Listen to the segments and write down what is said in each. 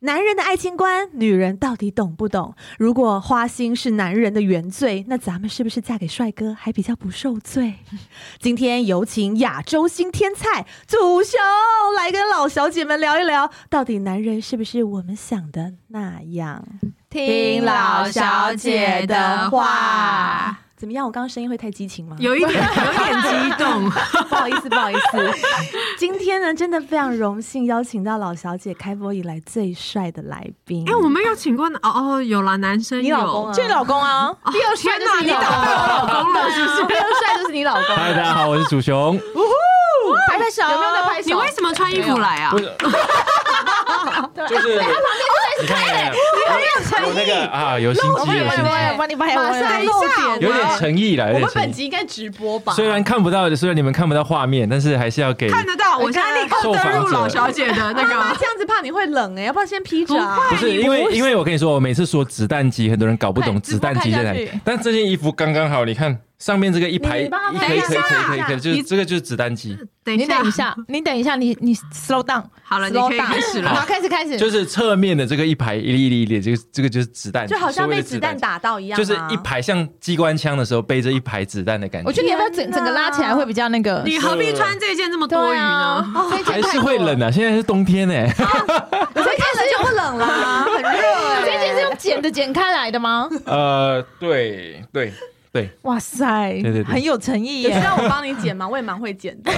男人的爱情观，女人到底懂不懂？如果花心是男人的原罪，那咱们是不是嫁给帅哥还比较不受罪？ 今天有请亚洲新天菜土熊来跟老小姐们聊一聊，到底男人是不是我们想的那样？听老小姐的话。怎么样？我刚刚声音会太激情吗？ 有一点，有点激 动。哎不好意思，不好意思。今天呢，真的非常荣幸邀请到老小姐开播以来最帅的来宾。哎、我们有请过哦哦，有啦，男生你有。老公啊？就是老公啊，第二帅就是你天老哪公，你打到我老公了是不是 第二帅就是你老公，嗨，大家好，我是 楚雄。拍拍手，有没有在啊拍手？你为什么穿衣服来啊不？是，就是你看，有那个啊，有心我机，帮你有心机，我帮你拍，马我上帮你啊露拍点有点诚意了，我有点们诚本意。集应该直播吧？虽然看不到，虽然你们看不到画面，但是还是要给。哎看得到，我现在立刻受访者登入老小姐 的那妈妈个。这样子怕你会冷哎，要啊不然先披着啊。不是因为，因为我跟你说，我每次说子弹机，很多人搞不懂快子弹机在直播哪里看下去。但这件衣服刚刚好，你看上面这个一排，你帮一他可以拍可一以下可以可以可以，就你是这个就是子弹机，等你一下，等一，下，你等一下，你你 slow down，好了，你 slow 可以 down 开始好，了。开始开始，就是侧面的这个一排一粒一粒一粒，这个这个就是子弹，就好像所谓被的子弹机，打到一样啊，就是一排像机关枪的时候背着一排子弹的感觉我。觉得你要不要整整个拉起来会比较那个，你何必穿这件这么多对余啊呢？，这一件还太是会过了冷，啊，现在是冬天呢、所以开始就不冷 啦，很热这一件哎。是用剪的剪开来的吗？呃，对对对，哇塞，对对对很有诚意有需耶，要我帮你剪吗？我也蛮会剪的。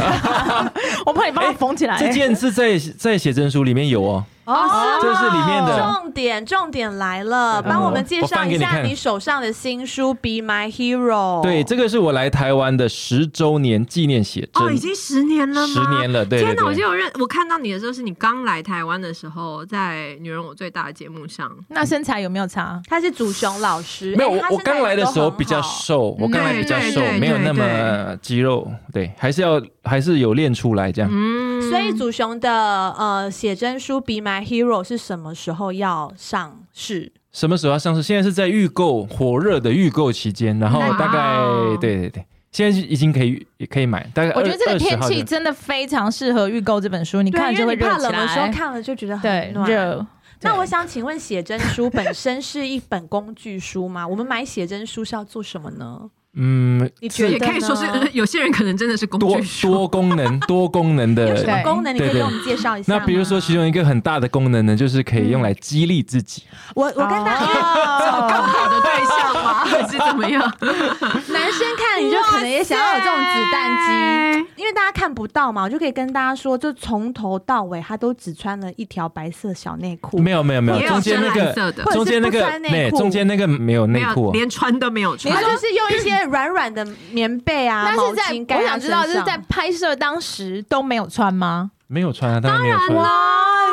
我怕你帮我缝起来。哎这件是在在写真书里面有哦，哦这是里面的重点，重点来了，嗯帮我们介我绍翻一给你下看你手上的新书《Be My Hero》。对，这个是我来台湾的十周年纪念写真，哦，已经十年了吗？十年了，对对天哪！我记对。得我认我看到你的时候，是你刚来台湾的时候，在《女人我最大》的节目上，那身材有没有差？他是祖雄老师，没有，哎我他我身材刚来的也都时候很比较好瘦，我刚来比较对对瘦对，没有对那么肌肉，对，还是要还是有练出来这样。嗯，所以祖雄的呃写真书《Be My Hero》是什么时候要上市？什么时候要上市？现在是在预购火热的预购期间，然后哇大概对对对，现在是已经可以也可以买，大概我觉得这个20天号气就真的非常适合预购这本书，你对，看因就为会你怕热起冷的时候来。看了就觉得对很，暖。热。那对我想请问，写真书本身是一本工具书吗？ 我们买写真书是要做什么呢？嗯，你觉得也呢可以说是 呃有些人可能真的是工多具书。多 功能多功能有什么的。功能？你可以对对给我们介绍一下那吗。比如说，其中一个很大的功能呢，就是可以用来激励自己。我我跟大家找更哦好的对象吗？还是怎么样？ 男生看你就可能也想要有这种子弹机。机。因为大家看不到嘛，我就可以跟大家说，就从头到尾他都只穿了一条白色小内裤，没有没有没也有中间那深蓝色个的中间那或者个是不穿内裤中间那个没有没内裤有，哦，连穿都没有穿他。啊就是用一些软软的棉被 啊、那毛是在巾盖我想知道，就是在拍摄当时都没有穿吗？没有穿啊，当然没有穿。啦，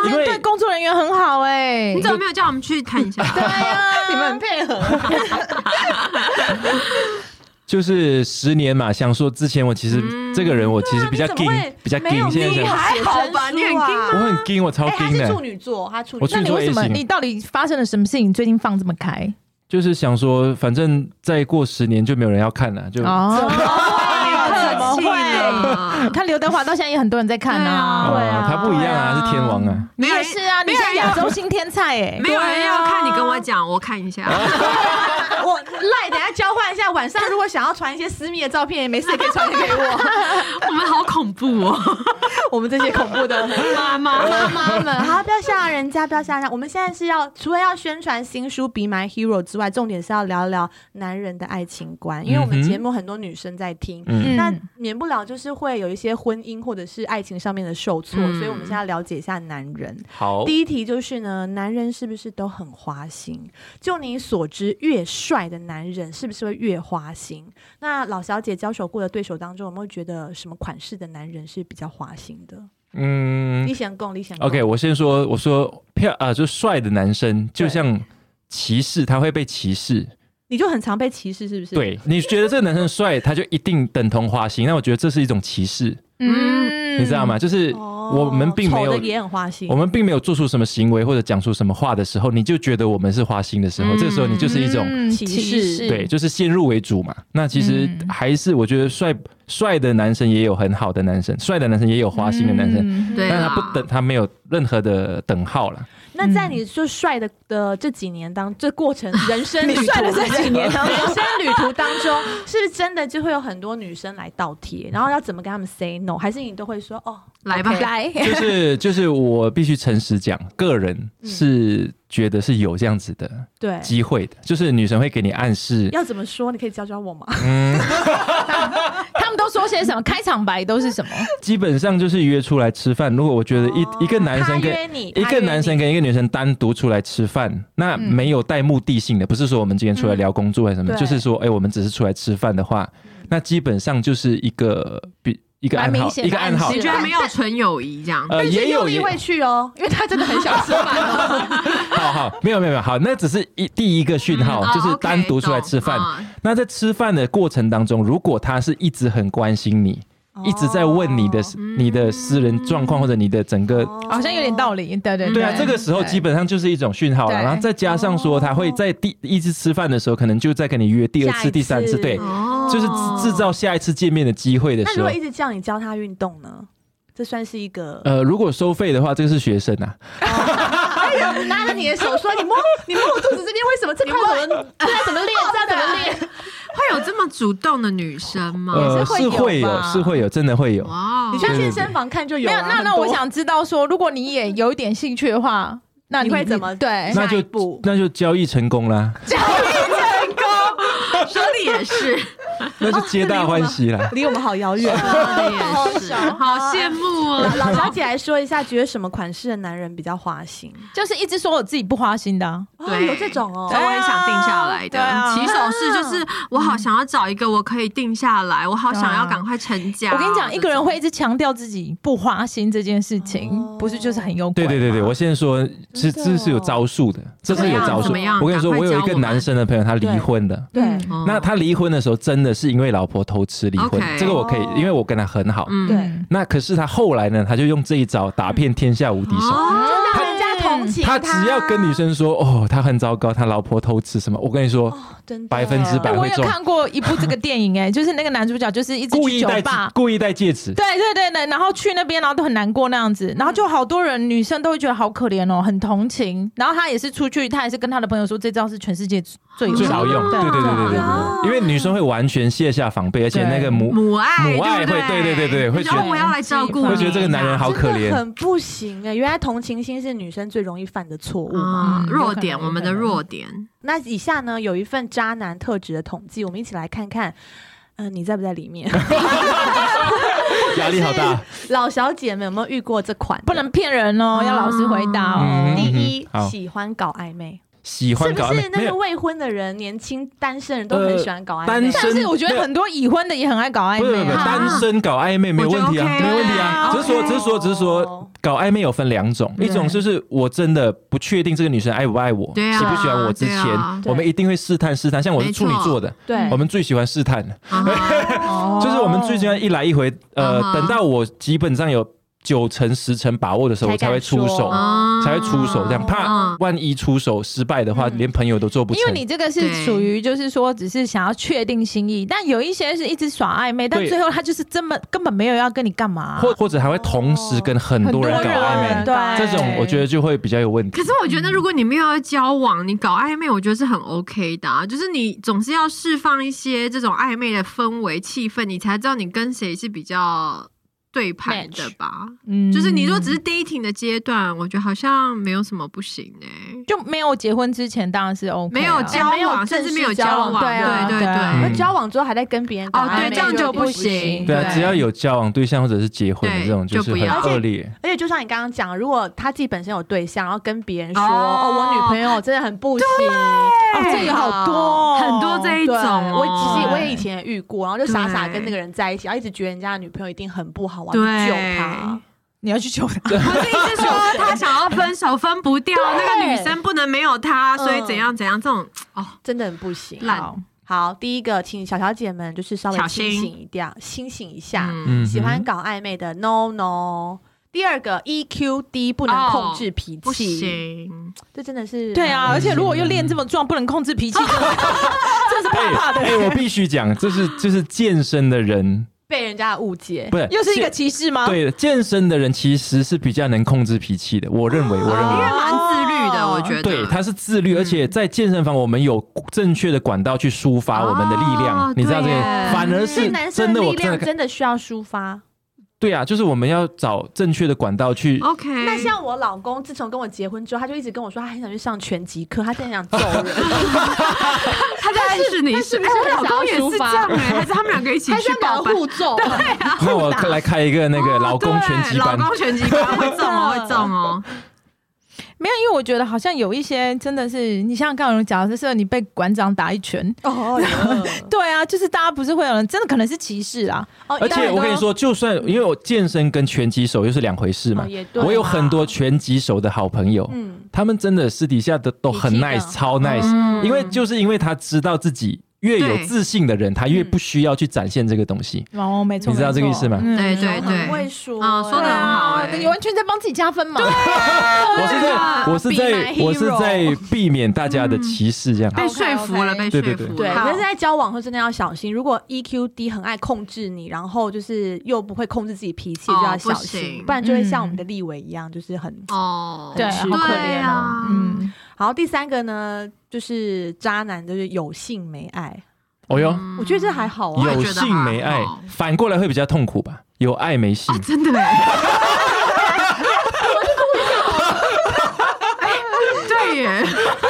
因这对为工作人员很好哎你。怎么没有叫我们去看一 下？对呀， 你们很配合，就是十年嘛，想说之前我其实嗯这个人我其实比较啊你怎硬么会，比较没有硬，现在厉想害还好吧你很硬吗我很硬，我超啊哎，他硬是处的，女座，他处女我座处 那你女座为什 A 么？型你，到底发生了什么事情？最近放这么开？就是想说，反正再过十年就没有人要看了，就哦，怎么会？看刘德华到现在也很多人在看啊啊，对啊他不一样对啊啊，是天王啊，没你有也人是啊，没你有是人亚洲新天菜哎，没有人要看，你跟我讲，我看一下。 啊我赖，等一下交换一下，晚上如果想要传一些私密的照片，也没事可以传给我。 我们好恐怖哦，我们这些恐怖的妈妈。妈妈们，好，不要吓人家，不要吓人家。我们现在是要除了要宣传新书《Be My Hero》之外，重点是要聊聊男人的爱情观，因为我们嗯哼节目很多女生在听。嗯，那嗯免不了就是会有一些婚姻或者是爱情上面的受挫，嗯所以我们现在了解一下男人。好，第一题就是呢，男人是不是都很花心？就你所知，越帅的男人是不是会越花心？那老小姐交手过的对手当中，有没有觉得什么款式的男人是比较花心的？嗯你想共，你想共 OK，我先说，我说漂啊、就帅的男生就对像歧视，他会被歧视。你就很常被歧视，是不是？，对，你觉得这个男生帅， 他就一定等同花心，那我觉得这是一种歧视，嗯你知道？吗？就是我们并没哦丑有的，也很花心我。们并没有做出什么行为或者讲出什么话的时候，你就觉得我们是花心的时候，嗯这个时候你就是一种、嗯歧视对，，就是先入为主嘛。那其实嗯还是我觉得帅帅的男生也有很好的男生，帅的男生也有花心的男生，嗯对啊但啦是他不等，他没有任何的等号了。那在你就帅的的这几年当这过程，人 生旅途帅的这几年 人生旅途当中，是不是真的就会有很多女生来倒贴？然后要怎么跟他们 say no？还是你都会说哦，来吧，来， 就是就是我必须诚实讲，个人是觉得是有这样子的对，机会的，就是女生会给你暗示， 要怎么说？你可以教教我吗？嗯， 他们都说些什么？开场白都是什么？基本上就是约出来吃饭。如果我觉得一、哦一个男生他跟约你，一他约个你男生跟一个女生单独出来吃饭，那嗯没有带目的性的，不是说我们今天出来聊工作还是什么，对就是说，哎、我们只是出来吃饭的话，那基本上就是一个比一个暗蛮号明，显的一个暗号暗你示。觉得没有纯友谊这样？呃，但是也有用力也会去哦，因为他真的很想吃饭哦。好好，没有没有没有，好，那只是一第一个讯号，嗯就是哦单独出来吃饭。 ，OK，懂嗯那在吃饭的过程当中，如果他是一直很关心你，哦一直在问你的、嗯你的私人状况或者你的整个， 哦好像有点道理，对对对啊，这个时候基本上就是一种讯号了。对然后再加上说他会在第一次吃饭的时候，可能就在跟你约第二下一次、次第三次，对，哦就是制制。造下一次见面的机会的那时如候果。一直叫你教他运动呢？这算是一个，呃，如果收费的话，这个是学生啊，哎拿着你的手说：“你摸，你摸我肚子这边，为什么这块怎么这块怎么练，这样怎么练会有这么主动的女生吗？呃，是是会会有有，吧是会有，真的会有。哇？”你哦，去健身房看就有没啊。有。那很那多我想知道说，如果你也有一点兴趣的话，那你会怎么对？那下就一步那就交易成功啦，说的也是，那就皆大欢喜啦。离我们好遥远。说的也是，好羡慕老哦。老小姐来说一下，觉得什么款式的男人比较花心？就是一直说我自己不花心的啊，哦，对有这种哦所。以我也想定下来对啊的，起手式就是 我好想要找一个我可以定下来，我好想要赶快成啊家。啊我跟你讲，一个人会一直强调自己不花心这件事情，哦不是就是很有鬼对吗对对对，我先说，这真的哦这是有招数的，这是有招怎数。么样我跟你说，赶我快有一个教我们男生的朋友，他离对婚了。对嗯哦那他离婚的时候，真的是因为老婆偷吃离婚 OK 这个我可以哦，因为我跟他很好。嗯对嗯那可是他后来呢，他就用这一招打遍天下无敌手。哦，让人家同情他只要跟女生说，哦，他很糟糕，他老婆偷吃什么，我跟你说，哦真的百分之百哎，我会有中。看过一部这个电影、哎，就是那个男主角就是一直故去意酒戴吧，故意戴戒指，对对对对，然后去那边，然后都很难过那样子，然后就好多人女生都会觉得好可怜哦，很同情。然后他也是出去，他也是跟他的朋友说，这招是全世界最最好用。对嗯对对对对对对哦对，因为女生会完全卸下防备，而且对那个母母爱，母对爱不会对对对对会你知道觉得我要来照顾你，会觉得这个男人好可真怜的很不行哎、原来同情心是女生最容易犯的错误嘛。啊嗯弱点，有可能我们的弱点，那以下呢有一份渣男特质的统计，我们一起来看看，嗯、你在不在里 面？压力好 大。老小姐们有没有遇过这款的？不能骗人哦，要老实回答哦。嗯第一嗯，哼好喜欢搞暧昧，喜欢是搞不暧是昧没那有个未婚的人、年轻单身人都呃很喜欢搞暧昧？单身但是我觉得很多已婚的也很爱搞暧不是不昧是不是，啊，单身搞暧昧没有问题我觉啊，得 OK 没有问题啊。啊只是说， OK 只是说，只是哦说，搞暧昧有分两种，一种就是我真的不确定这个女生爱不爱我，对啊喜不喜欢我之前对啊，我们一定会试探试探。像我是没错处女座的，对我们最喜欢试探，啊哦就是我们最喜欢一来一回，呃嗯，哼等到我基本上有九成十成把握的时候，我才会出才敢手说，啊 才会出手，这样怕嗯万一出手失败的话，嗯连朋友都做不成因。为你这个是对属于就是说只是想要确定心意，但有一些是一直耍暧昧，但对最后他就是真的根本没有要跟你干嘛、或或者还会同时跟很多人搞暧昧很，多人这对种我觉得就会比较有问题哦可。是我觉得，如果你没有要交往，你搞暧昧，我觉得是很 OK 的、啊。就是你总是要释放一些这种暧昧的氛围、气氛，你才知道你跟谁是比较对盘的吧。嗯就是你若只是 dating 的阶段，我觉得好像没有什么不行哎、就没有结婚之前当然是嗯 OK，、啊、没有交哎没有往，甚正至式没有交交往往，对啊对对啊嗯那交往之后还在跟别人搞哦对啊暧昧这样就有点不行对啊，对只要有交往对象或者是结婚的对这种，就是就不很要恶劣。而且就像你刚刚讲，如果他自己本身有对象，然后跟别人说：“哦哦，我女朋友真的很不行。”哦，这有好多、哦、很多这一对，种哦、我其实对我也以前也遇过，然后就傻傻对跟那个人在一起，然后一直觉得人家的女朋友一定很不好，我要去救对他。你要去救他，我的意思是说，他想要分手分不掉，那个女生不能没有他，所以怎样怎样，这种真的很不行。烂好好，第一个，请小小姐们就是稍微小清心醒一点，清醒一下。嗯，嗯，喜欢搞暧昧的，no no。第二个，EQ 低，不能控制脾哦不气，行，这真的是对啊，而且如果又练这么壮，不能控制 脾气，真的真的是怕怕哎的。哎，我必须讲，这是就是健身的人被人家的误解不。是 又是一个健歧视吗？对健身的人其实是比较能控制脾气的，我认为，我认因为。为蛮自律的，我觉得。对，他是自律，而且在健身房我们有正确的管道去抒发我们的力量，哦你知道这对个耶，反而所以是嗯男生真的的，力我真量的看真的需要抒发。对啊，就是我们要找正确的管道去 OK，那像我老公，自从跟我结婚之后，他就一直跟我说，他很想去上拳击课，他真的想揍 人。他在暗示你是不是？很我老想要公也抒是发这样哎，还是他们两个一起还是去搞报班？互揍，那我来开一个那个劳工拳击哦对班，老公拳击班会中哦，会中哦。没有，因为我觉得好像有一些真的是，你想想看，我们假设是你被馆长打一拳， 哦，对啊，就是大家不是会有人真的可能是歧视啊啦，哦而且我跟你，当然说，就算因为我健身跟拳击手又是两回事嘛哦也，对我有很多啦拳击手的好朋友都，嗯，他们真的私底下的都很脾气的 nice，超 nice，嗯因为就是因为他知道自己越有对自信的人，他越不需要去展现这个东西。哦，没错，嗯你知道这个意思吗没错对对我对很会说嗯欸，说得很好啊哎你完全在帮自己加分嘛？对，啊我是啊在我是 Be 在 my 我是 hero 在避免大家的嗯歧视这样。被说服了，被对说对服对，了。但是在交往后真的要小心。如果 EQ 低，很爱控制你，然后就是又不会控制自己脾气，就哦要不小心，行不然就会像嗯我们的立伟一样，就是很。哦，对好可对怜啊哦，嗯，好，第三个呢，就是渣男，就是有性没爱。哦哟，嗯我觉得这还好啊，也有觉得性没还爱好，反过来会比较痛苦吧？有爱没性啊，， 真的哎。 对耶，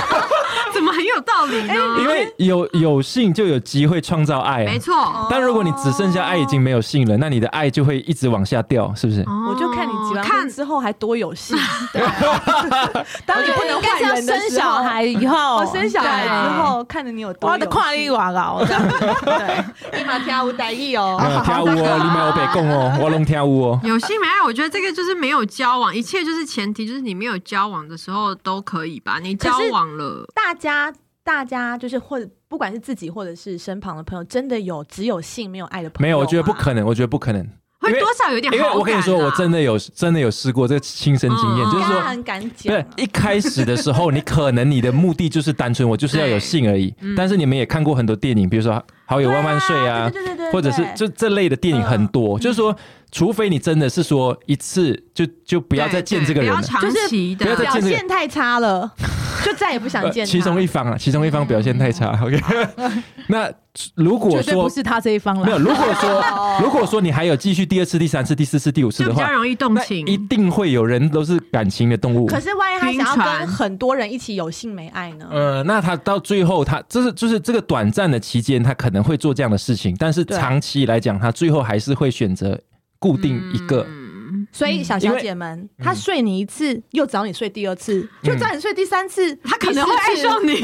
怎么很有道理呢？因为有有性就有机会创造爱啊。没错，但如果你只剩下爱已经没有性了，那你的爱就会一直往下掉，是不哦是？我就看你哦结完看婚之后还多有性。 当你不能我觉得 应该换是要人的生时候小孩以后，哦，生小孩对之，后看着你有多我有的跨力娃高，这样对， 立马跳舞得意哦。嗯跳舞 哦，你买我北贡哦，我拢跳舞 哦。有性没爱，我觉得这个就是没有交往，一切就是前提，就是你没有交往的时候都可以吧？你交往了，大家，大家就是或者不管是自己或者是身旁的朋友，真的有只有性没有爱的朋友没有，我觉得吗不可能，我觉得不可能，因会为多少有点好因感为啊。我跟你说，我真的有真的有试过这个亲身经验，嗯就是大说家。很敢讲对啊，，一开始的时候，你可能你的目的就是单纯，我就是要有性而已。但是你们也看过很多电影，比如说《好友万万岁》啊，对对对对对，或者是对就这类的电影很多。就是说，除非你真的是说一次就就不不要再见这个人了不要，长期的，不要再表见这个现太差了，就再也不想呃 见他。其中一方啊，其中一方表现太差。OK，那如果绝对不说是他这一方没有，了。如果说如果说你还有继续第二次、第三次、第四次、第五次就的比较话，容易动那情。一定会有人都是感情的动物。可是万一他想要晕船跟很多人一起有性没爱呢？呃，那他到最后他，这是就是这个短暂的期间，他可能会做这样的事情，但是对长期来讲，他最后还是会选择固定一个。嗯所以小小姐们，嗯他睡你一次，又找你睡第二次，就找你睡第三次，他可能会爱上 你，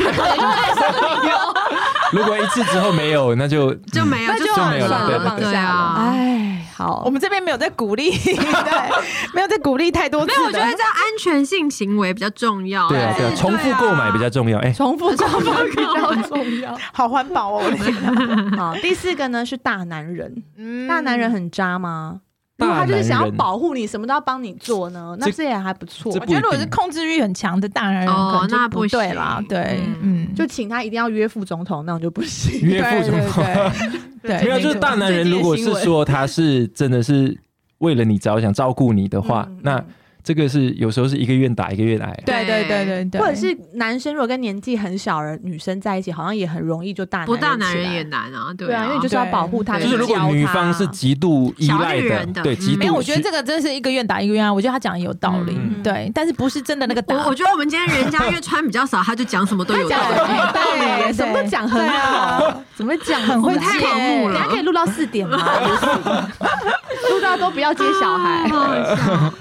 如果一次之后没有，那就就没有，那就就没有算了对了，对对对啊。哎，好我，们这边没有在鼓励， 对，没有在鼓励太多次没的。有，我觉得这样安全性行为比较重要。对啊还是对啊，重复购买比较重要。哎、重复重复。比较重要。 好环保哦。我的天好，第四个呢是大男人，嗯大男人很渣吗？如果大他就是男想要人保护你，什么都要帮你做呢，那这这也还不错这我不。觉得如果一是定控制欲很强的大男人，哦可能就那不不对啦行。对，嗯嗯，就请他一定要约副总统，那种就不行。约父对什么？啊对， 没有，就是大男人，如果是说他是真的是为了你着想、照顾你的话，嗯啊那这个是有时候是一个愿打一个愿挨、啊。对对对对对，或者是男生如果跟年纪很小的女生在一起，好像也很容易就大不大起来男人也难啊，对对啊，因为你就是要保护他，就是如果教女他方是极度依赖小女的，人的对，嗯极度没有，我觉得需这个真是一个愿打一个愿挨。我觉得他讲的有道理，嗯对，但是不是真的那个打我我觉得我们今天人家因为穿比较少，他就讲什么都有道 理。对，欸什么都讲很好，怎么讲很会自己啊太盲目了等一下可以录到四点吗？录到都不要接小孩。啊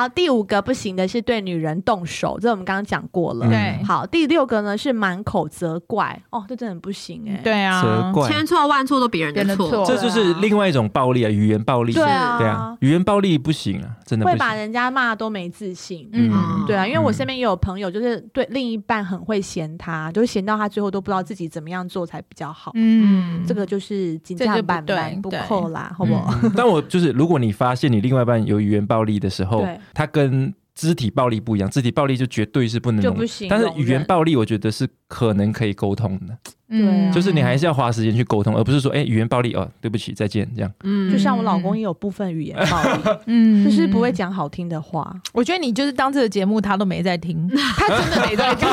好，第五个不行的是对女人动手，这我们刚刚讲过嗯了。对好，第六个呢是满口责怪，哦，这真的很不行哎、对责啊，怪，千错万错都别人别的人的错这就是另外一种暴力啊，语言暴力。对啊对啊，语言暴力不行啊，真的不会把行。人家骂都没自信。嗯，对啊，因为我身嗯边也有朋友，就是对另一半很会嫌他，就是嫌到他最后都不知道自己怎么样做才比较好。嗯，这个就是金这就价不板对板不对扣啦，好不好？嗯 但我就是，如果你发现你另外一半有语言暴力的时候对，他跟肢体暴力不一样，肢体暴力就绝对是不能就容不行嗯但是容语言忍暴力，我觉得是可能可以沟通的。嗯对啊就是你还是要花时间去沟通，而不是说哎、语言暴力哦，对不起，再见这样。嗯就像我老公也有部分语言暴 力，嗯就是不会。讲好听的话。我觉得你就是当这个节目他都没在听， 他真的没在听。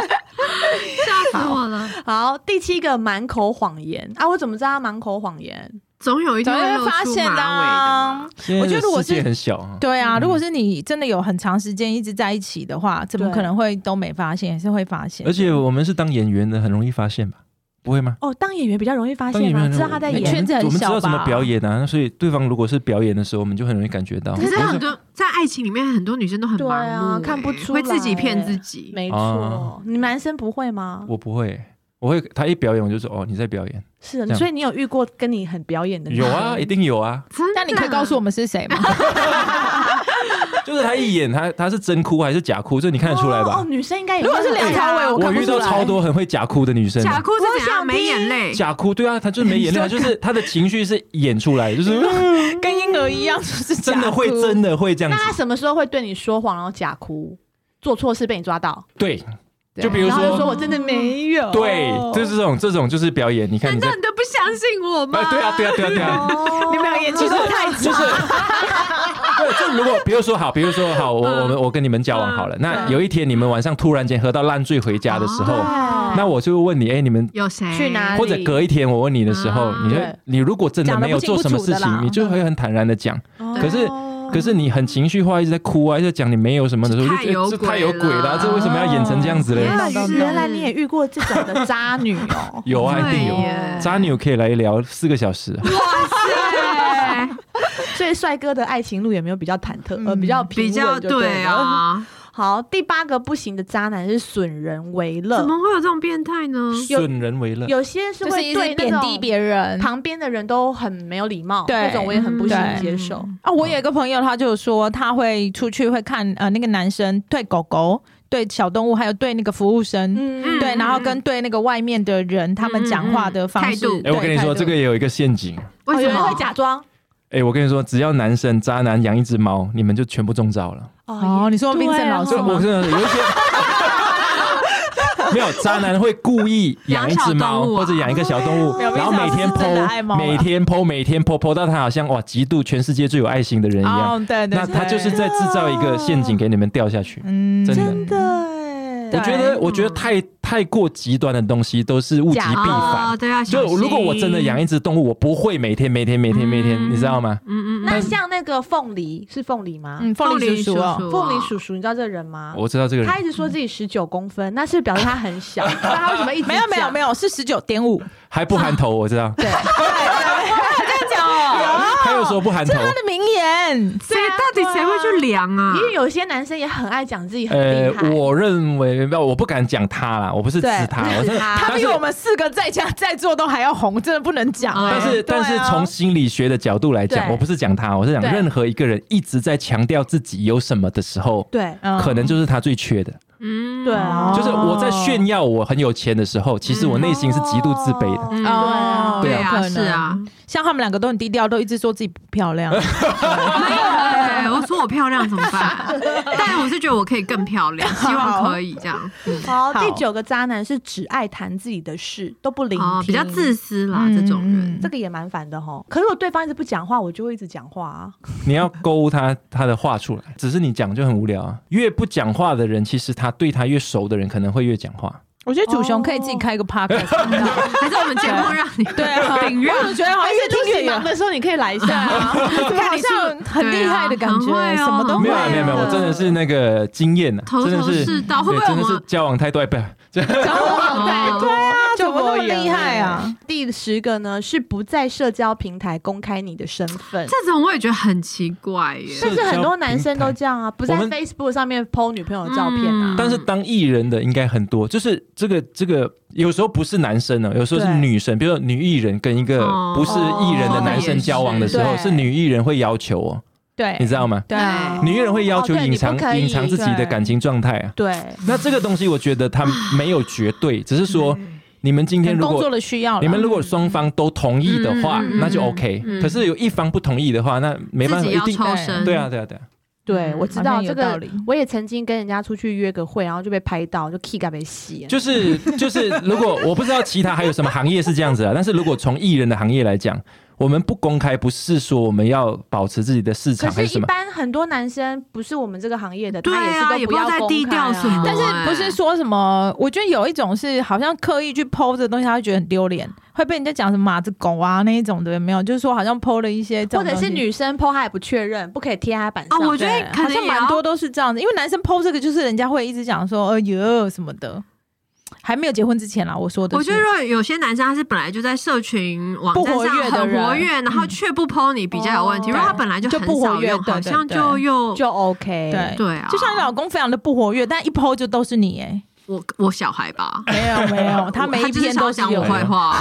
吓死我了，好，第七个满口谎言啊，我怎么知道他满口谎言？总有一天早会就露发出现的马尾的嘛。啊。我觉得如果世界是很小啊，对嗯啊，如果是你真的有很长时间一直在一起的话，怎么对可能会都没发现？还是会发现而。且我们是当演员的，很容易发现吧？不会吗？哦，当演员比较容易发当演现员吗？很知道他在容易圈演子很我们知小道怎么吧表演啊，那所以对方如果是表演的时候，我们就很容易感觉到。可是我就很多在爱情里面，很多女生都很对忙啊碌欸，看不出会自己来骗自己。没啊错，你男生不会吗？我不会，我会他一表演我就说哦你在表演，是这啊，样所以你有遇过跟你很表演的？有啊，一。定有啊，真的那你可以告诉我们 是谁吗？就是他一演他他是真哭还是假哭，这你看得出来哦，哦吧？女生应该也如果是会梁朝伟，啊看我不遇出到超来。多很会假哭的女生，啊假哭我是怎样想没眼听泪？假哭，对啊，他就是没眼泪，他就是他的情绪是演出来的，就是跟婴儿一样，就是假 真的会哭真的会这样那子他。什么时候会对你说谎，然后假哭，做错事被你抓到，对，对啊就比如然后就说说我真的没有？对，就是这种这种就是表演，你看难你在道，你都不相信我吗？啊对啊对啊对啊对啊。哦，你们俩演技都太就是 对，就如果比如说好，比如说好，我嗯我们我跟你们交往好了，那有一天你们晚上突然间喝到烂醉回家的时候，哦那我就会问你，哎，你们有谁去哪或者隔一天我问你的时候，啊你会对你如果真的没有做什么讲得不清事不楚的啦情，你就会很坦然的讲。对哦可是嗯可是你很情绪化，一直在哭啊，一直在讲你没有什么的时候，这我太就觉得有这鬼太有鬼了了啊，这为什么要演成这样子嘞。天？啊哎原是原来你也遇过这种的渣女哦 有啊，一对定有。耶渣女可以来聊四个小时，哇塞，所以帅哥的爱情路有没有比较忐忑，呃，嗯比较平比稳较就对对了。啊，好，第八个不行的渣男是损人为乐怎，么会有这种变态呢？有损人为乐。有些是就是会一直对那贬低种别人。旁边的人都很没有礼貌，嗯对那种我也很不嗯行对接受。啊，我有一个朋友，他就说他会出去会看呃那个男生对狗狗、对小动物，还有对那个服务生，嗯对，然后跟对那个外面的人他们讲话的方式嗯嗯嗯态。对哎，我跟你说，这个也有一个陷阱。哦为有什人么会假装哎，我跟你说，只要男生渣男养一只猫，你们就全部中招了。哦，你说对啊 Vincent 老师这我吗？真的有一些。没有渣男会故意养一只养小猫，动物啊或者养一个小动物，哎呦然后每天表面上是真的爱剖，猫啊每天剖，每天剖，剖到他好像哇，极度全世界最有爱心的人一样。哦，对对，那他对就是在制造一个陷阱给你们掉下去。嗯真真的哎我觉得，我觉得太太过极端的东西都是物极必哦反。对啊，就如果我真的养一，一只动物，我不会每天每天每天每天，嗯你知道吗？嗯嗯，那像那个凤梨是凤梨吗？嗯，凤梨叔叔啊哦，凤梨叔啊叔，你知道这个人吗？我知道这个人他一直说自己十九公分，那是不是表示他很 小？那他为什么一直没有没有讲没有，是十九点五。还不含头，我知道。这样讲哦，他又说不含头这，是他的名言。谁到底谁会去量啊因？为有些男生也很爱讲自己很呃厉害，，我认为没有，我不敢讲他啦，我不是指对他，不是我指是他他但比是我们四个在家在座都还要红，真的不能讲。嗯但是对啊但是从心理学的角度来讲，对我不是讲他，我是讲对任何一个人一直在强调自己有什么的时候，对嗯可能就是他最缺的。嗯，对哦就是我在炫耀我很有钱的时候，其实我内心是极度自卑的。嗯哦，对有啊，可是能啊，，像他们两个都很低调，都一直说自己不漂亮。没有哎，我说我漂亮怎么 办？但我是觉得我可以更漂亮，希望可以这样，嗯好，好第九个渣男是只爱谈自己的事，都不聆哦听，，比较自，私啦，啊这种人嗯这个也蛮烦的吼。可是我对方一直不讲话，我就会一直讲话 啊。你要勾他他的话出来，只是你讲就很无聊啊。越不讲话的人，其实他对他越熟的人可能会越讲话。我觉得主雄可以自己开一个 podcast，还是我们节目让你嗯对 啊，顶热我总觉得好像越听越忙远，的时候，你可以来一对下。啊， 怎么好像很厉害的感觉，对啊很会哦什么都很会会没有啊啊没有没有，我真的是那个经验啊，头真的头是是哦道，会对不会我真的是们交往太多，不 这讲哦话对啊，怎么那么厉害啊？第十个呢是不在社交平台公开你的身份，这种我也觉得很奇怪耶。但是很多男生都这这样。样啊，不在我们 Facebook 上面 PO 女朋友的照片啊嗯。但是当艺人的应该很多，就是这个这个有时候不是男生哦呢，有时候是对女生，比如说女艺人跟一个哦不是艺人的男生交往的时候，哦是女艺人会要求哦，对，你知道吗？对对女艺人会要求哦对隐藏你不可以隐藏自己的对感情状态啊。对，那这个东西，我觉得它没有绝对，只是说你们今天如工作果的需要啦，你们如果双方都同意的话嗯嗯嗯，嗯那就 OK 嗯。可是有一方不同意的话，那没办自法，己一要定哎抽身，对啊，对啊，对啊。对，嗯我知好道像这有道个理。我也曾经跟人家出去约个会，然后就被拍到，就 K 嘎被吸。就是就是，如果我不知道其他还有什么行业是这样子啊， 但是如果从艺人的行业来讲，我们不公开不是说我们要保持自己的市可场还是是，什一么，般很多男生不是我们这个行业的，对啊他也是也都不知道要在低公开调啊什么但是哦不是说什么？我觉得有一种是好像刻意去剖这个东西，他会觉得很丢脸，会被人家讲什么马子狗啊那一种的，有没有？就是说好像剖了一些这或种东者西，是女生 PO 她也不确认，不可以贴她板啊，上。我觉对得，可好能像也蛮要多都是这样子，因为男生剖这个就是人家会一直讲说哎呦什么的，还没有结婚之前啦，我说的是，我觉得如果有些男生他是本来就在社群网站不活上跃的很人活跃，然后嗯却不 PO 你比较有问题。哦如果他本来就就很不活少跃用，对好对像对就又就 OK。对对啊。就像你老公非常的不活跃，但一剖就都是你 哎、我我小孩吧，没有没 有，他每一就是篇想都要是讲有我坏的。话，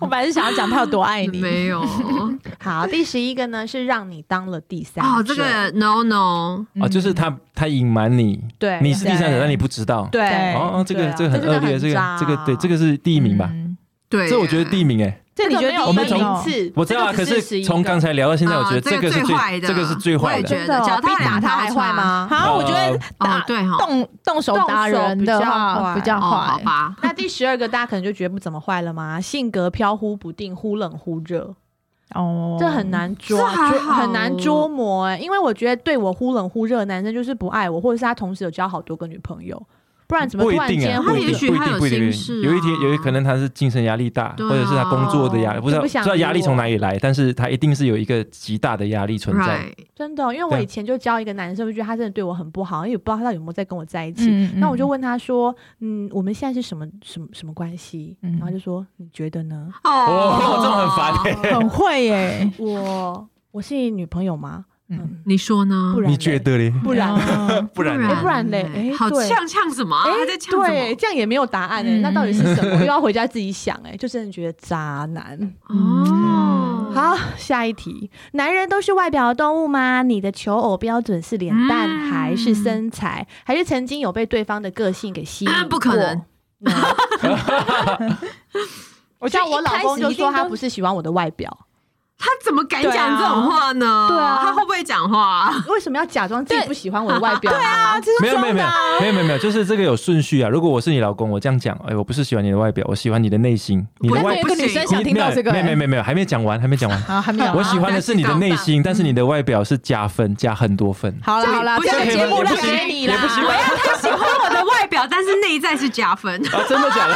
我本来是想要讲他有多爱你，没 有哦，好，第十一个呢是让你当了第三者这个 no no，嗯啊，就是他他隐瞒你，对，你是第三者，对但你不知道。对对哦，哦这对个啊这个很这真的恶劣，很这个渣这个对，这个是第一名吧？嗯对，这我觉得第一名哎，这你觉得这个第一没有名我哦名次，我知道啊，这可个只是11从个刚才聊到现在，我觉得啊这个是最最坏的这个是最我坏也的觉。真得的脚哦，踏比打两他条还坏船吗？好，我觉得哦打，对哈，动动手打人的话动手比比较较哦，好坏，吧，那第十二个大家可能就觉得不怎么坏了吗？性格飘忽不定，忽冷忽热，哦，这很。难捉，这还捉好很难捉摸、欸。因为我觉得对我忽冷忽热的男生就是不爱我，或者是他同时有交好多个女朋友，嗯不然怎么不突一然定间啊，他不会一也定，许不一他定，有不一定心事。有一天，啊有一可能他是精神压力大，对啊或者是他工作的压力，不知就道不不想知道压力理我从哪里来，但是他一定是有一个极大的压力存在。 right，真的？哦因为我对啊以前就交一个男生，我就觉得他真的对我很不好，因为我不知道他有没有在跟我在一起。嗯，那我就问他说：“嗯，我们现在是什么什么什么关系？”嗯然后他就说：“你觉得 呢？哦 这种很烦嗯很会耶，我我是你女朋友吗？嗯嗯，你说呢？不然嘞你觉？得嘞？不然哦不然呢哎不然嘞哎好对呛呛什么啊？哎他在呛什对，么？这样也没有答案哎、嗯那到底是什么？又要回家自己想哎、就真的觉得渣男。嗯哦，好，下一题，男人都是外表的动物吗？你的求偶标准是脸蛋、嗯还是身材，还是曾经有被对方的个性给吸引过？嗯不可能嗯。我像 我老公就说他不是，是喜欢我的外表，他怎么敢讲这种话呢？对啊他会不会讲话？为什么要假装自己不喜欢我的外表？对啊，啊，这是没有没装有没的有啊，没有没有没有，就是这个有顺序啊。如果我是你老公，我这样讲，哎，我不是喜欢你的外表，我喜欢你的内心，你的但我是有外一不个行女生想听到这个，没有没有没有没有，还没讲完，还没讲完。好，还没有啊，我喜欢的是你的内心，但是你的外表是加分，加很多分。好了 好了，不这行个节目也让不行给你也不行啦，他喜欢我的外表，但是内在是加分。啊，真的假的？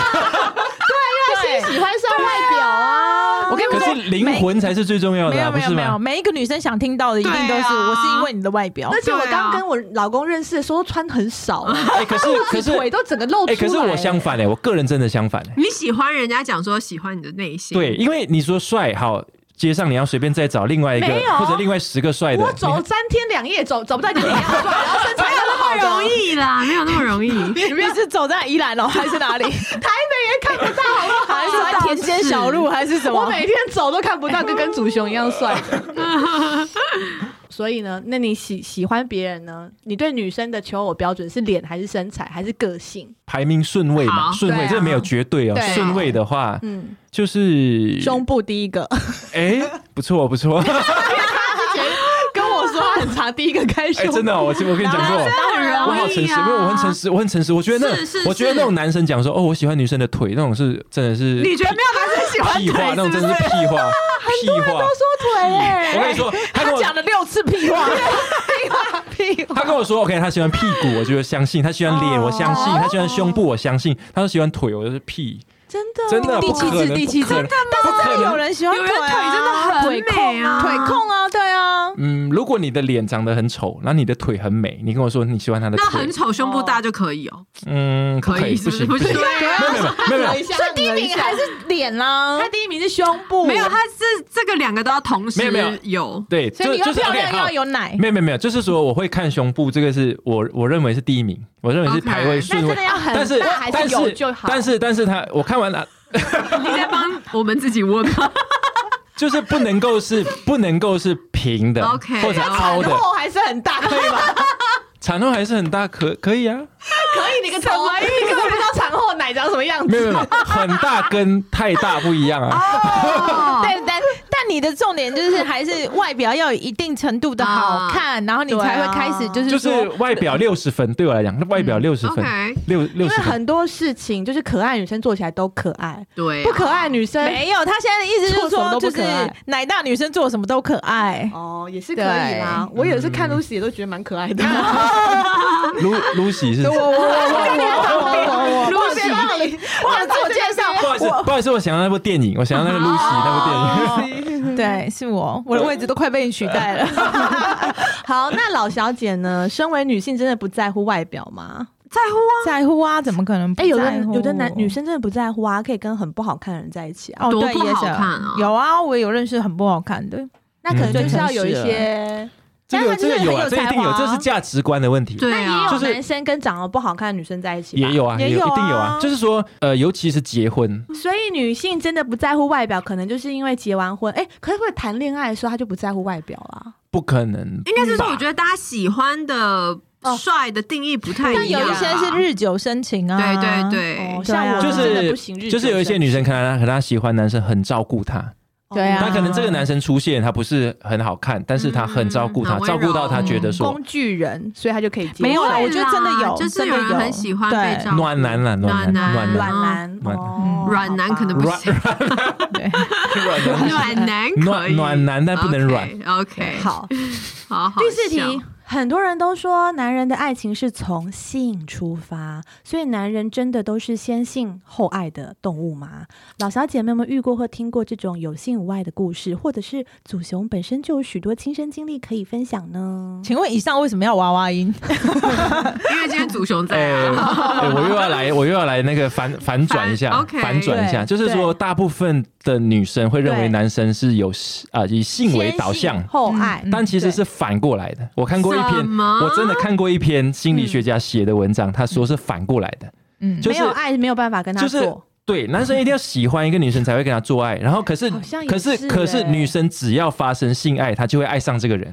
他先喜欢上外表啊。我跟你可们说是，灵魂才是最重要没的、啊，有不没有是没有，吗？每一个女生想听到的一定都对是啊我是因为你的外表而，且我对啊刚跟我老公认识的时候都穿很少、啊哎、可是 可是腿都整个露出哎、来、可是我相反哎、我个人真的相反哎、你喜欢人家讲说喜欢你的内心，对，，因为你说帅好，街上你要随便再找另外一个没有或者另外十个帅的，我走你三天两夜走走不到一个脸要帅，然后身材那么好不的，容易啦，没有那么容易。 你是走在宜兰哦，还是 哪里？看不到好不还是走在田间小路，还是什好？我么？每天走都看不到，跟跟祖雄一样帅 的。所以呢，那你喜喜欢别人呢？你对女生的求偶标准是脸还是身材还是个性？排名顺位嘛，好顺对位、啊这没有绝对哦对啊，顺位的话嗯，就是胸部第一 个，哎、不错不错，哎跟我说他很常第一个开哎、胸部，真的、哦，我我跟你讲过。那很容易啊我好诚实，因为我很诚实，我很诚实。我觉得那，是是我觉得是那种男生讲说，哦，我喜欢女生的腿，那种是真的是你觉得没有男生喜欢屁话，那腿种是真不的是是？屁话，屁话。说腿 我跟欸你说，他跟他我讲了六次屁 话，屁话，他跟我说，OK，他喜欢屁股，我就相信；他喜欢脸，哦我相信；他喜欢胸部，我相信；他说喜欢腿，我就是屁。真的真的啊第不七可次，能，第七次不可，哦能但是真不可的能有人喜欢有腿人腿真的啊，很美啊，腿控啊，对啊，嗯，如果你的脸长得很丑，然后你的腿很美，你跟我说你喜欢他的那很腿，丑，胸部大就可以哦，嗯，不可可以，以不是行，不不是？行，对啊，没有没有没有没一有。下所以第一名还是脸啊啦他，第一名是胸部，没有，他是这个两个都要同时没有没有有对，所以就你要就是漂 OK，亮又好要，有奶，没有没有没有，就是说我会看胸部，这个是我我认为是第一名，我认为是 OK 排位那顺真位的，要很但是大还但是有是就好，但是但是他我看完了，你在帮我们自己问吗？ 就是不能够是不能够是平的 OK，或者凹的，后还是很大，可以吧？产后还是很大，可可以啊，可以，你个头啊！因为你根本不知道产后奶长什么样没有子。没有，没有很大跟太大不一样啊。哦对，但但你的重点就是还是外表要有一定程度的好看，然后你才会开始就是就说是外表六十分，对我来讲，外表六十分， OK，六 因六为十分。很多事情就是可爱女生做起来都可爱，对啊，不可爱女生没有。他现在的意思就是做什么都说，就不是可爱奶大女生做什么都可爱。哦，也是可对以啦。我有一次看嗯 Lucy 也都觉得蛮可爱 的。卢卢喜是，不 我我如果是忘了自我介绍，好意思，不好意思，我想到那部电影，我想到那个卢喜那部电 影。对，是我，我的位置都快被你取代了。好，那老小姐呢？身为女性，真的不在乎外表吗？在乎啊， 在乎啊，怎么可能不哎、有的在乎有的男女生真的不在乎啊，可以跟很不好看的人在一起啊。哦，多对，不也好是看啊有啊，我有认识很不好看的，那可能嗯就是要有一些， 这个有这个有啊，但是这很有一定有，才华这是价值观的问题。对啊，就有是男生跟长得不好看的女生在一起吧也。有啊，也有，有一定有啊啊。就是说，呃，尤其是结婚，所以女性真的不在乎外表，可能就是因为结完婚，哎、可是会谈恋爱的时候，她就不在乎外表啦。不可能。应该是说，我觉得大家喜欢的帅的定义不太但一有样啊，一些是日久生情啊，对对对哦，，对啊像我就真的是不行，日久就是有一些女生生看她，可她喜欢男生很照顾她，情对啊但可能这个男生出现，他不是很好看，但是他很照顾她，嗯很温照柔顾到她觉得说工具人，所以她就可以接没有啦受我觉得真的有就是真的有人有很喜欢被对照顾暖男啦，暖暖男，男暖软男，男暖哦软男可能不软行，对， 暖男， 暖男可以暖暖男但不能软。 OK，好。好好第四笑题，很多人都说男人的爱情是从性出发，所以男人真的都是先性后爱的动物吗？老小姐妹们有没有遇过或听过这种有性无爱的故事，或者是祖雄本身就有许多亲身经历可以分享呢？请问以上为什么要娃娃音？因为今天祖雄在哎、啊，哎我又要来， 我又要来那个反反转一下反，OK 反转一下，对就是说，大部分的女生会认为对男生是有啊、以性为导先向性，后爱，嗯但其实是反过来的。我看过一什篇，么我真的看过一篇心理学家写的文章，他说是反过来的，嗯，就没是有爱没有办法跟他就是做，对，男生一定要喜欢一个女生才会跟她做爱，然后可是好像也可是是可是欸女生只要发生性爱，她就会爱上这个人，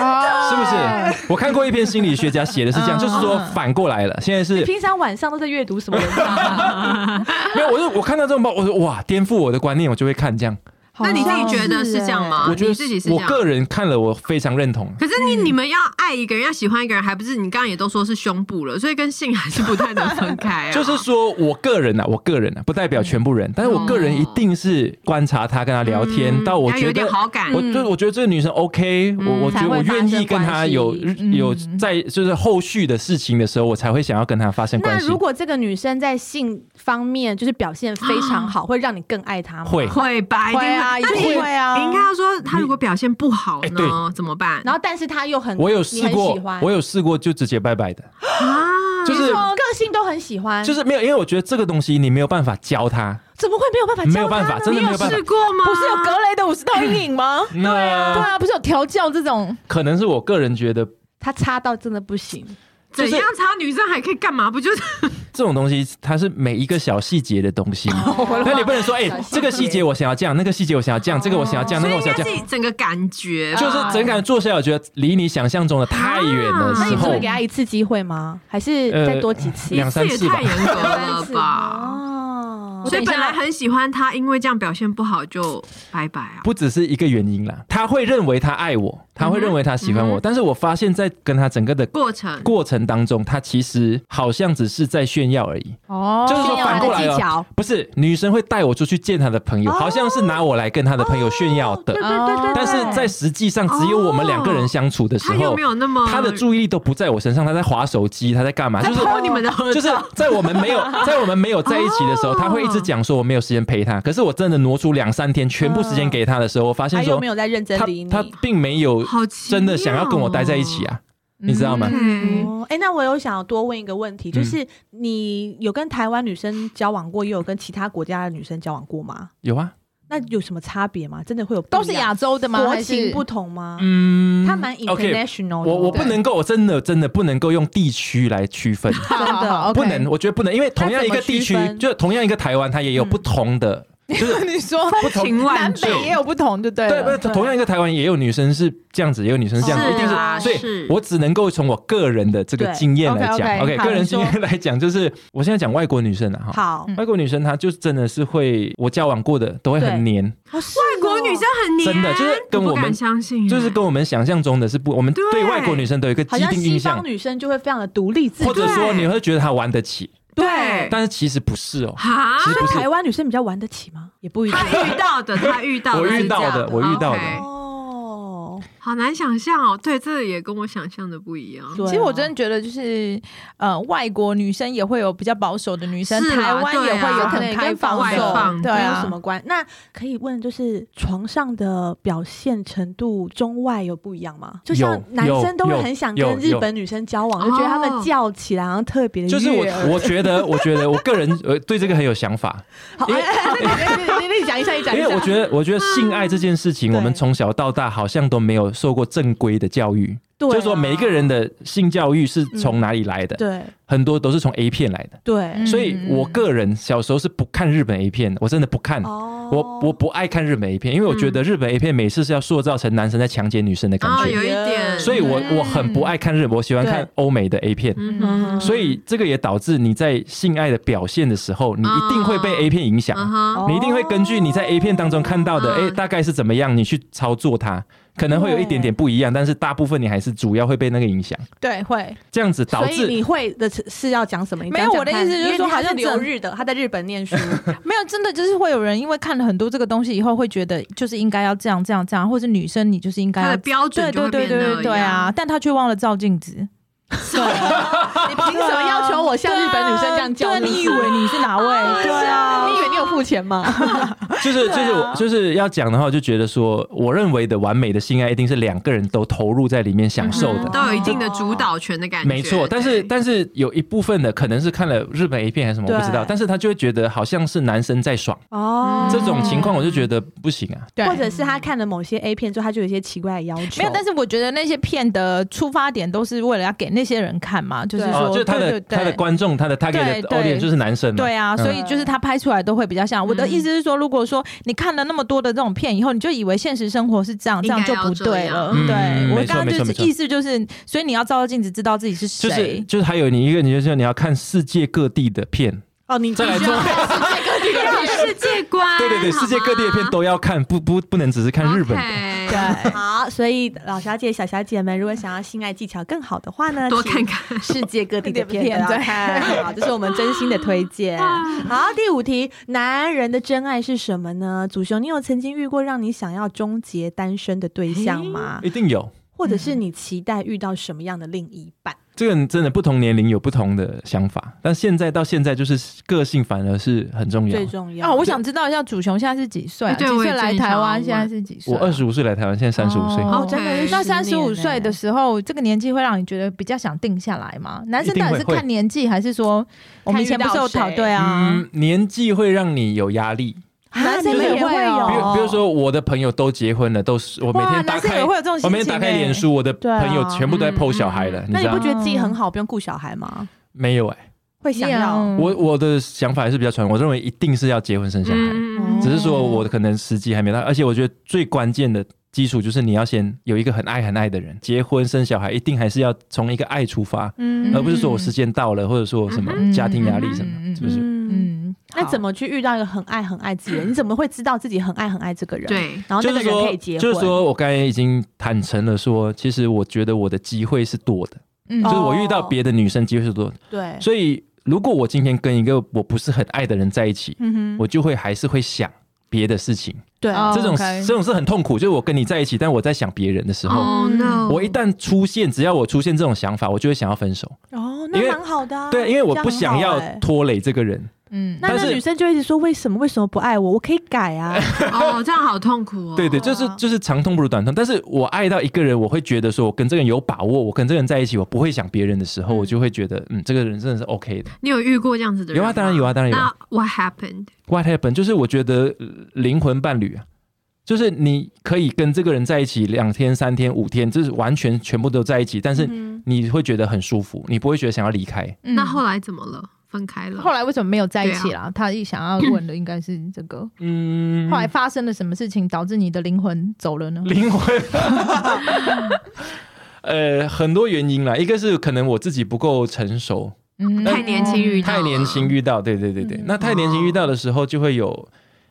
哦是不啊是？我看过一篇心理学家写 的是这样，嗯就是说嗯反过来啊了，现在是平常晚上都在阅读什么文章 啊？没有，我就我看到这种报，我说哇，颠覆我的观念，我就会看这样。那你自己觉得是这样吗？我觉得啊你自己是这我样。个人看了，我非常认同。可是你你们要爱一个人，要喜欢一个人，还不是你刚刚也都说是胸部了，所以跟性还是不太能分开啊。 就是说我个人啊，我个人啊，不代表全部人，但是我个人一定是观察她，跟她聊天，嗯到我还觉有点得。好感我。就我觉得这个女生 OK，、我我觉得我愿意跟她有才会发系有嗯在就是后续的事情的时候，我才会想要跟她发生关那系如。果这个女生在性方面就是表现非常 好，会让你更爱她吗？会会吧，一定会啊，一那定你会啊，你应该要说他如果表现不好哎呢对，怎么办？然后，但是她又很，我有你试很过喜欢，我有试过就直接拜拜的，啊，就是个性都很喜欢，就是没有，因为我觉得这个东西你没有办法教她，怎么会没有办法教他呢？没有办法真的没有办法试过吗？ 不是有格雷的五十道阴影吗？对啊对啊，不是有调教这种？可能是我个人觉得他插到真的不行，就是怎样差女生还可以干嘛？不就是这种东西它是每一个小细节的东西嘛，那你不能说哎、 小细节这个细节我想要这样，那个细节我想要这样，这个我想要这样，那所以个 我应哦该想要这是样，整个感觉吧，就是整感坐下来，我觉得离你想象中的太远的啊那时你只候会，给他一次机会吗？还是再多几次？呃两这三也次吧太严格了三次吧？哦所以本来很喜欢他，因为这样表现不好就拜拜啊。不只是一个原因啦，他会认为他爱我，他会认为他喜嗯欢我，但是我发现，在跟他整个的过程过程当中，他其实好像只是在炫耀而已，哦就是说炫耀反他过的来技了。巧，不是女生会带我出去见她的朋友，哦好像是拿我来跟她的朋友炫耀的，对对对对对，但是在实际上只有我们两个人相处的时他有候没，有那么他的注意力都不在我身上，他在划手机，他在干嘛？他就是偷你们的合就是照？在我们没 有在我们没有在一起的时候，哦他会一直讲说我没有时间陪他。可是我真的挪出两三天全部时间给他的时候，我发现他又说没有在认嗯真他理你。他并没有好奇妙哦真的想要跟我待在一起啊，你知道吗？嗯嗯 OK 哦，哎，那我有想要多问一个问题，就是你有跟台湾女生交往过，也有跟其他国家的女生交往过吗？有啊，那有什么差别吗？真的会有不都是一样亚洲的吗？国还是情 不同吗？嗯他蛮 OK。 international 的我我不能够，我真的真的不能够用地区来区 分，好好好不 OK 能，我觉得不能，因为同样一个地区那怎么区，分嗯就同样一个台湾，它也有不同的，就是你说不同情万南种北也有不同，对不对对，了？啊不是同样一个台湾也有女生是这样子，也有女生是这样子，是一定啊是，所是以我只能够从我个人的这个对经验来讲 OK，OK， ，OK，好个人你经说验来讲，就是我现在讲外国女生啊，哈，好嗯外国女生她就真的是会，我交往过的都会很黏，哦是外国哦女女生很黏，真的就是跟我们不敢相信，就是跟我们想象中的是不，我们对对外国女生都有一个好既像定西印象方，女生就会非常的独立自或主者，说对你会觉得她玩得起，对但是其实不是哎哦。哈，其实不是台湾女生比较玩得起吗？也不一定他。遇到的，他遇到的，我遇是这到样的，我遇到的， OK 哦，好难想象哦。对，这也跟我想象的不一样。对啊其实我真的觉得，就是呃，外国女生也会有比较保守的女生，是台啊湾也对啊会有可很能也开跟放保的，守对没有啊什，么关。那可以问，就是床上的表现程度，中外有不一样吗？就像有男生都会有很想有跟日有本女生交往，就哦觉得他们叫起来好像特别的就是悦耳我，我觉得，我觉得我个人呃对这个很有想 法，好，因为你你你讲一下，你讲因一嗯为我下。觉得，我觉得性爱这件事情，对我们从小到大好像都没有受过正规的教育，对啊嗯就是说每一个人的性教育是从哪里来的，对很多都是从 A 片来的。对嗯所以我个人小时候是不看日本 A 片的，我真的不看。哦我我不爱看日本 A 片，嗯因为我觉得日本 A 片每次是要塑造成男生在强奸女生的感哦，觉，有一点，所以我嗯我很不爱看日本，我喜欢看对欧美的 A 片。嗯嗯所以这个也导致你在性爱的表现的时候，你一定会被 A 片影响。嗯哼，你一定会根据你在哦 A 片当中看到的，哎、嗯大概是怎么样，你去操作它，可能会有一点点不一样，但是大部分你还是主要会被那个影响，对会。这样子导所致以你会的是是要讲什么？你没有讲讲我的看意思就是因为说他好像留整日的，他在日本念 书，没有，真的就是会有人因为看了很多这个东西以后，会觉得就是应该要这样这样这样，或者女生你就是应该他要的标准对就会对对变对得对对啊，但他却忘了照镜子。你 凭什么要求我像日本女生这样叫对啊你？对你 以为你是 哪位？对啊，你以为你有付钱吗？就是就是对我啊就是要讲的话，我就觉得说，我认为的完美的性爱一定是两个人都投入在里面享受的。嗯都有一定的主导权的感觉。没错，但是对但是有一部分的可能是看了日本 A 片还是什么，我不知道对，但是他就会觉得好像是男生在爽，哦这种情况我就觉得不行啊。对或者是他看了某些 A 片之后，他就有一些奇怪的要求。没有，但是我觉得那些片的出发点都是为了要给那些人看嘛，就是对说，哦，就是他对的对他的观众，他的 target 对的对 audience 就是男生嘛。对啊，嗯所以就是他拍出来都会比较像。我的意思是说，如果说你看了那么多的这种片以后，你就以为现实生活是这样，应这该样就不对了。要这样嗯对我没错刚刚就没是错意思就是，所以你要照照镜子，知道自己是谁。就是就是还有你一个，你就是你要看世界各地的片，哦，你，再来做。要有世界观，对对对，好吗世界各地的片都要看，不不不能只是看日本的。 OK，对好，所以老小姐、小小姐们，如果想要性爱技巧更好的话 呢，多请看看。世界各地的片都要对看， 好，这是我们真心的推 荐。好，第五题，男人的真爱是什么呢？祖雄，你有曾经遇过让你想要终结单身的对象吗？一定有。或者是你期待遇到什么样的另一半？这个真的不同年龄有不同的想法，但现在到现在就是个性反而是很重要最。重要哦，我想知道一下祖雄现在是几岁啊？对几我也正岁来想台要湾？问现在是几岁我啊？二十五岁来台湾，现在三十五岁，哦哦，真的是那10三十五年岁的欸时候，这个年纪会让你觉得比较想定下来吗？男生一定到底会是看年纪，还是说我们以前不是有看讨遇到谁对啊？嗯，年纪会让你有压力。啊男生你们也也会会有，哦比如，比如说我的朋友都结婚了，都是我每哇，天打男生也开，会有这种心情、欸。啊我每天打开脸书，我的对啊朋友全部都在嗯 PO 小孩了，你那知你不道觉得自己很好，不用顾小孩吗？没有？哎，会你也想要嗯我我的想法还是比较传统，我认为一定是要结婚生小孩。嗯只是说我的可能时机还没到，而且我觉得最关键的基础就是你要先有一个很爱很爱的人，结婚生小孩一定还是要从一个爱出发，嗯呃而不是说我时间到了，或者说我什么嗯家庭压力什么，是不是？嗯，嗯，那怎么么去遇到一个很爱很爱自己的 人？你怎么会知道自己很爱很爱这个人？，对，然后就那个人是可说以，结婚，就是说我刚才已经坦诚了说，其实我觉得我的机会是多的，嗯就是哦我遇到别的女生机会是多的，对，所以如果我今天跟一个我不是很爱的人在一起，嗯哼我就会还是会想别的事情，对，哦这种 OK 这种是很痛苦，就是我跟你在一起，但我在想别人的时候。哦 no，我一旦出现，只要我出现这种想法，我就会想要分手。哦，因那为蛮好的啊、对，因为我这样不很想好要欸拖累这个人。嗯那但那是女生就一直说为什么为什么不爱我？我可以改啊。哦，这样好痛苦哦。对对，就是就是长痛不如短痛。但是我爱到一个人，我会觉得说我跟这个人有把握，我跟这个人在一起，我不会想别人的时候，我就会觉得嗯，这个人真的是 OK 的。你有遇过这样子的人有吗？啊，当然有啊，当然有啊。那 What happened？ What happened？就是我觉得呃灵魂伴侣啊，就是你可以跟这个人在一起两天、三天、五天，就是完全全部都在一起， 但是嗯你会觉得很舒服，你不会觉得想要离开。嗯那后来怎么了？分开了。后来为什么没有在一起啦？他一想要问的应该是这个，嗯，后来发生了什么事情导致你的灵魂走了呢？灵魂。 呃，很多原因啦，一个是可能我自己不够成熟，嗯太年轻遇到太年轻遇到，对对对对，那太年轻遇到的时候就会有，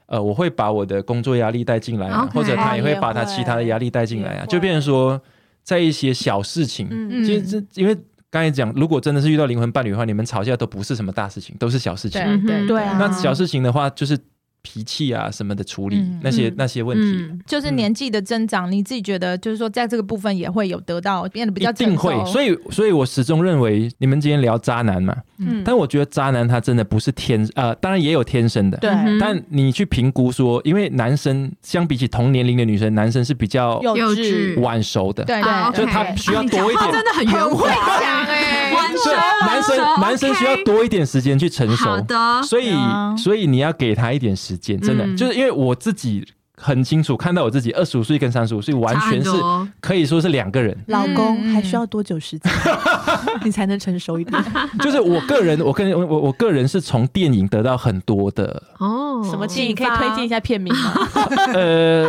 呃，我会把我的工作压力带进来、啊 OK 或者他也哦会也把他会其他的压力带进来也啊，会就变成说在一些小事情，嗯，嗯其实这因为刚才讲，如果真的是遇到灵魂伴侣的话，你们吵架都不是什么大事情，都是小事情。对对嗯对啊，那小事情的话，就是脾气啊什么的处理、嗯那些嗯那些问题。嗯，就是年纪的增长，你自己觉得就是说，在这个部分也会有得到变得比较一定会，所以，所以我始终认为，你们今天聊渣男嘛，嗯但我觉得渣男他真的不是天，呃，当然也有天生的，对嗯哼但你去评估说，因为男生相比起同年龄的女生，男生是比较以幼幼稚稚，晚熟的，对啊对， ，OK 就他需要多啊你讲一话点真的很圆滑讲哎晚熟所以晚男生熟男生 OK 需要多一点时间去成熟好，的，所以对啊所以你要给他一点时间，真的嗯就是因为我自己很清楚看到我自己二十五岁跟三十五岁完全是差很多可以说是两个 人，老公嗯还需要多久时 间，你才能成熟一 点？就是我个人，我个人我我我个人是从电影得到很多的，哦，什么启剧？你可以发推荐一下片名 吗？ 呃，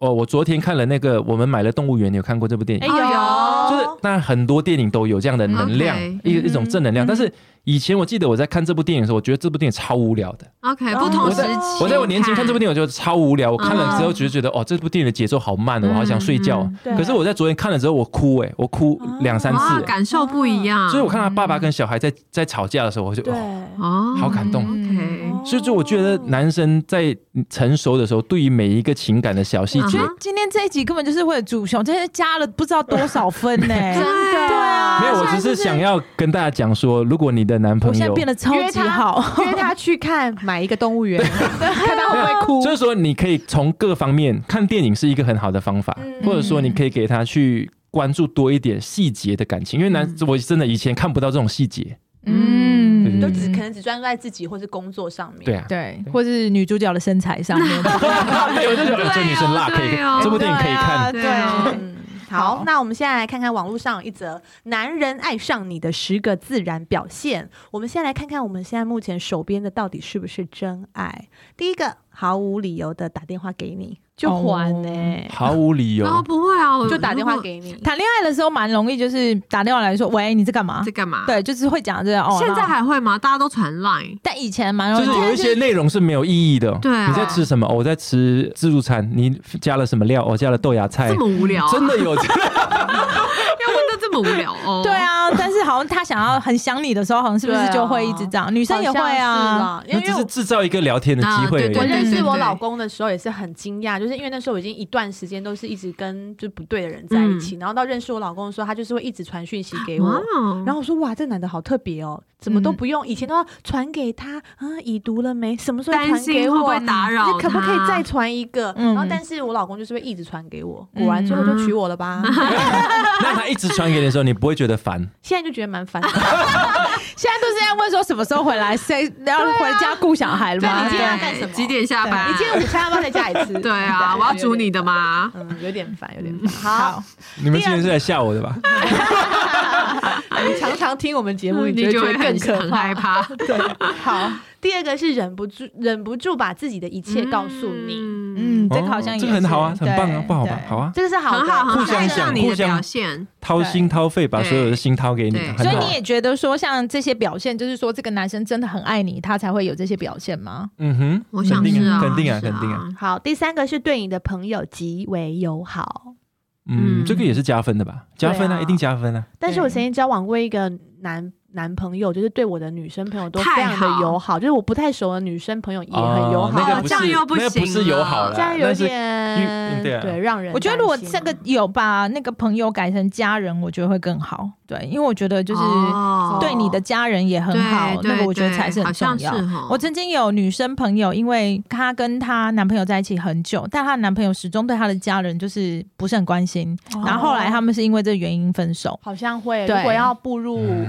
哦，我昨天看了那个我们买了动物园，你有看过这部电影？哎哎哦呦呦，就是，当然很多电影都有这样的能量 OK 一一种正能量。但是以前我记得我在看这部电影的时候，我觉得这部电影超无聊的。 OK，不同我时在期，我在我年轻看这部影，电影，我觉得超无聊。我看了之后，觉得觉得哦，这部电影的节奏好慢哦，我好想睡觉哦。嗯嗯可是我在昨天看了之后，我哭哎，我哭两三哦哇，次哎。感受不一样，所以我看到爸爸跟小孩在在吵架的时候，我就对，哦，哦，好感动。 OK，哦所以就我觉得男生在成熟的时候，对于每一个情感的小细节嗯，今天这一集根本就是为了主雄，真是加了不知道多少分 呢。真的，对啊，没有，我现在只是就想要跟大家讲说，如果你的男我朋现在友变得超级好， 约他去看买一个动物园，看到会不会哭？所以说，你可以从各方面看电影是一个很好的方法，嗯或者说你可以给他去关注多一点细节的感情，因为男、嗯我真的以前看不到这种细节，嗯，都只可能只专注在自己或是工作上面。对 啊，对，或是女主角的身材上面，对，我就觉得、对哦这女生辣可以对哦， 啊这部电影可以看，对对啊。啊对嗯，好好，那我们现在来看看网络上有一则“男人爱上你的十个自然表现”。我们先来看看我们现在目前手边的到底是不是真爱。第一个，毫无理由的打电话给你哦就还呢、毫无理由然。后不会啊，我就打电话如果给你。谈恋爱的时候蛮容易，就是打电话来说：“喂，你在干嘛在干？”嘛？，对，就是会讲这个。哦，现在然后，还会吗？大家都传 Line，但以前蛮容就易，是有一些内容是没有意义的哦。对啊你在吃什么？哦我在吃自助餐。你加了什么料？我、哦加了豆芽菜这。么无聊啊，哎真的有，要问到这么无聊哦？对，啊，但是好像他想要很想你的时候，好像是不是就会一直这样？女生也会啊， 好像是啦，因那为只因是为制造一个聊天的机会而啊已。我对认识我对老公的时候也是很惊讶，就是因为那时候我已经一段时间都是一直跟就不对的人在一起，然后到认识我老公的时候，他就是会一直传讯息给我嗯哇，嗯哦，然后我说哇，这男的好特别哦，怎么都不用，以前都要传给他啊，已读了没？什么时候担传给心会不我？啊会打扰可不可以他再传一个？嗯然后，但是我老公就是会一直传给我，果然最后就嗯娶我了吧？ 那他一直传给你的时候，你不会觉得烦？现在就觉得蛮烦的。现在都是在问说什么时候回来，谁要回家顾小孩了对吗？你啊今天要对啊干什么几点下班？你今天午餐要不要在家里吃？ 对啊，我要煮你的吗？嗯，有点烦，有点烦。好，你们今天是来吓我的吧？你常常听我们节目，嗯你就就会会觉得更很可很怕害。怕。 对，好。第二个是忍不住，忍不住把自己的一切告诉你，嗯，嗯，这个好像哦也这个很好啊，是很棒啊，对不好吧对？好啊，这个是好的，很好，很互好，相爱想上你互的相表现，掏心掏肺，把所有的心掏给你，对很所以好你。也觉得说，像这些表现，就是说这个男生真的很爱你，他才会有这些表现吗？嗯哼，我想肯定是啊，肯定啊，是肯定啊，。好，第三个是对你的朋友极为友好。嗯，嗯这个也是加分的吧？加分对啊，啊一定加分啊。但是我对曾经交往过一个男男朋友，就是对我的女生朋友都非太常的好友好，就是我不太熟的女生朋友也很友好，哦那个不这样是，又不那个行不啊是友好了了，这样有那是点嗯对啊让人我觉得如果担心这个有把那个朋友改成家人，我觉得会更好。对，因为我觉得就是哦对你的家人也很好，对那个我觉得对才是好很像重是要。哦我曾经有女生朋友，因为她跟她男朋友在一起很久，但她男朋友始终对她的家人就是不是很关心，哦哦然后后来他们是因为这个原因分手。好像会，如对果要步入嗯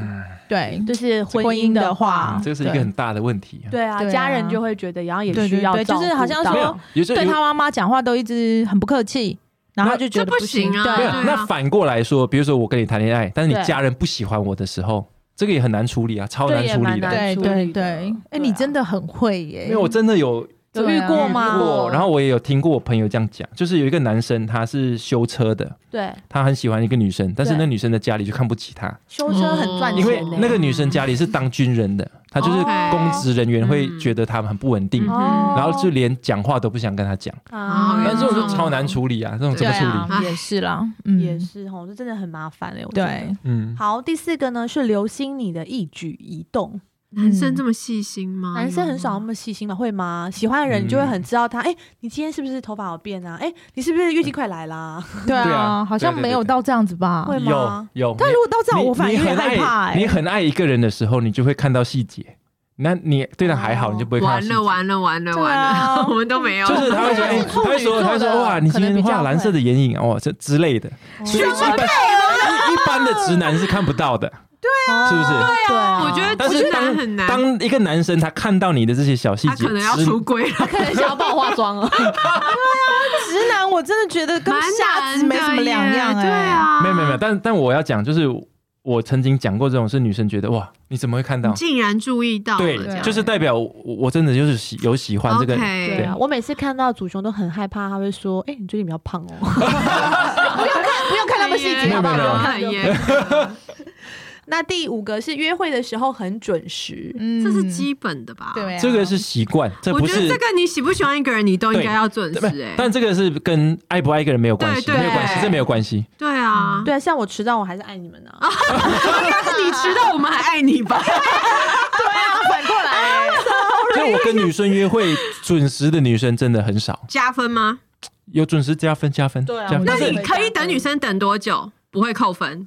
对，就是婚姻姻的话话嗯，这个是一个很大的问题啊。对啊，对啊家人就会觉得，然后也对需对要对照就是顾好像到没有说，也就是对有她妈妈讲话都一直很不客气，然后她就觉得这不行啊没对，有对啊那反过来说，比如说我跟你谈恋爱，但是对你家人不喜欢我的时候，这个也很难处理啊，超对难也处蛮理难的。对处理对的对，对啊哎，你真的很会耶！因为我真的有有啊遇过吗？过，然后我也有听过我朋友这样讲，就是有一个男生他是修车的，对他很喜欢一个女生，但是对那女生的家里就看不起他，修车很赚哦因钱哦为呢，那个女生家里是当军人的，他就是 OK 公职人员会觉得他们很不稳定，嗯哦然后就连讲话都不想跟他讲。啊哦嗯但原是我来就这样超难处理啊，这种怎对么处理？啊，哎也是啦，嗯，也是哦吼，这真的很麻烦哎、我觉得对。，嗯，好，第四个呢是留心你的一举一动，男生这么细心吗？男生很少那么细心嘛，会吗？喜欢的人你就会很知道嗯他，哎、你今天是不是头发有变啊？哎、你是不是月经快来 啦？对对啊啊，好像对对没有对到这样子吧？会有吗有。但如果到这样，你我反而你有点很害怕爱哎你。很爱一个人的时候，你就会看到细节。那你对他还好，哦你就不会看嗯到完细节了完了完了完对了啊， 我们都没有，就是他会说，我哎们是他处女会说，座他会说，的哇，你今可能天比较画蓝色的眼影哦，这之类的。所以一般一一般的直男是看不到的，是不是？哦对啊，我觉得但直是男当很难，当一个男生他看到你的这些小细他节，可能要直出轨了。可能想要帮我化妆啊了。直男我真的觉得跟蛮瞎子难没什么的两耶样哎。对，啊，没有没有没有，但但我要讲，就是我曾经讲过这种事，女生觉得哇，你怎么会看到你？竟然注意到了对这对样，，就是代表我我真的就是喜有喜欢这个人。 OK 对啊，我每次看到祖雄都很害怕，他会说：“哎、你最近比较胖哦。 不用看他们细没节，有好不没好？不有没有用看很严，那第五个是约会的时候很准时，嗯这是基本的吧？对啊，这个是习惯，这我不觉得是这个你喜不喜欢一个人，你都应该要准对时。哎，但这个是跟爱不爱一个人没有关系，对对没有关系，这没有关 系。对嗯啊，对啊，像我迟到，我还是爱你们呢、 但是 你迟到，我们还爱你吧？反过来欸，像我跟女生约会，准时的女生真的很少，加分吗？有准时加分加分。对啊加分我那但觉得是你可以等女生等多久？不会扣分。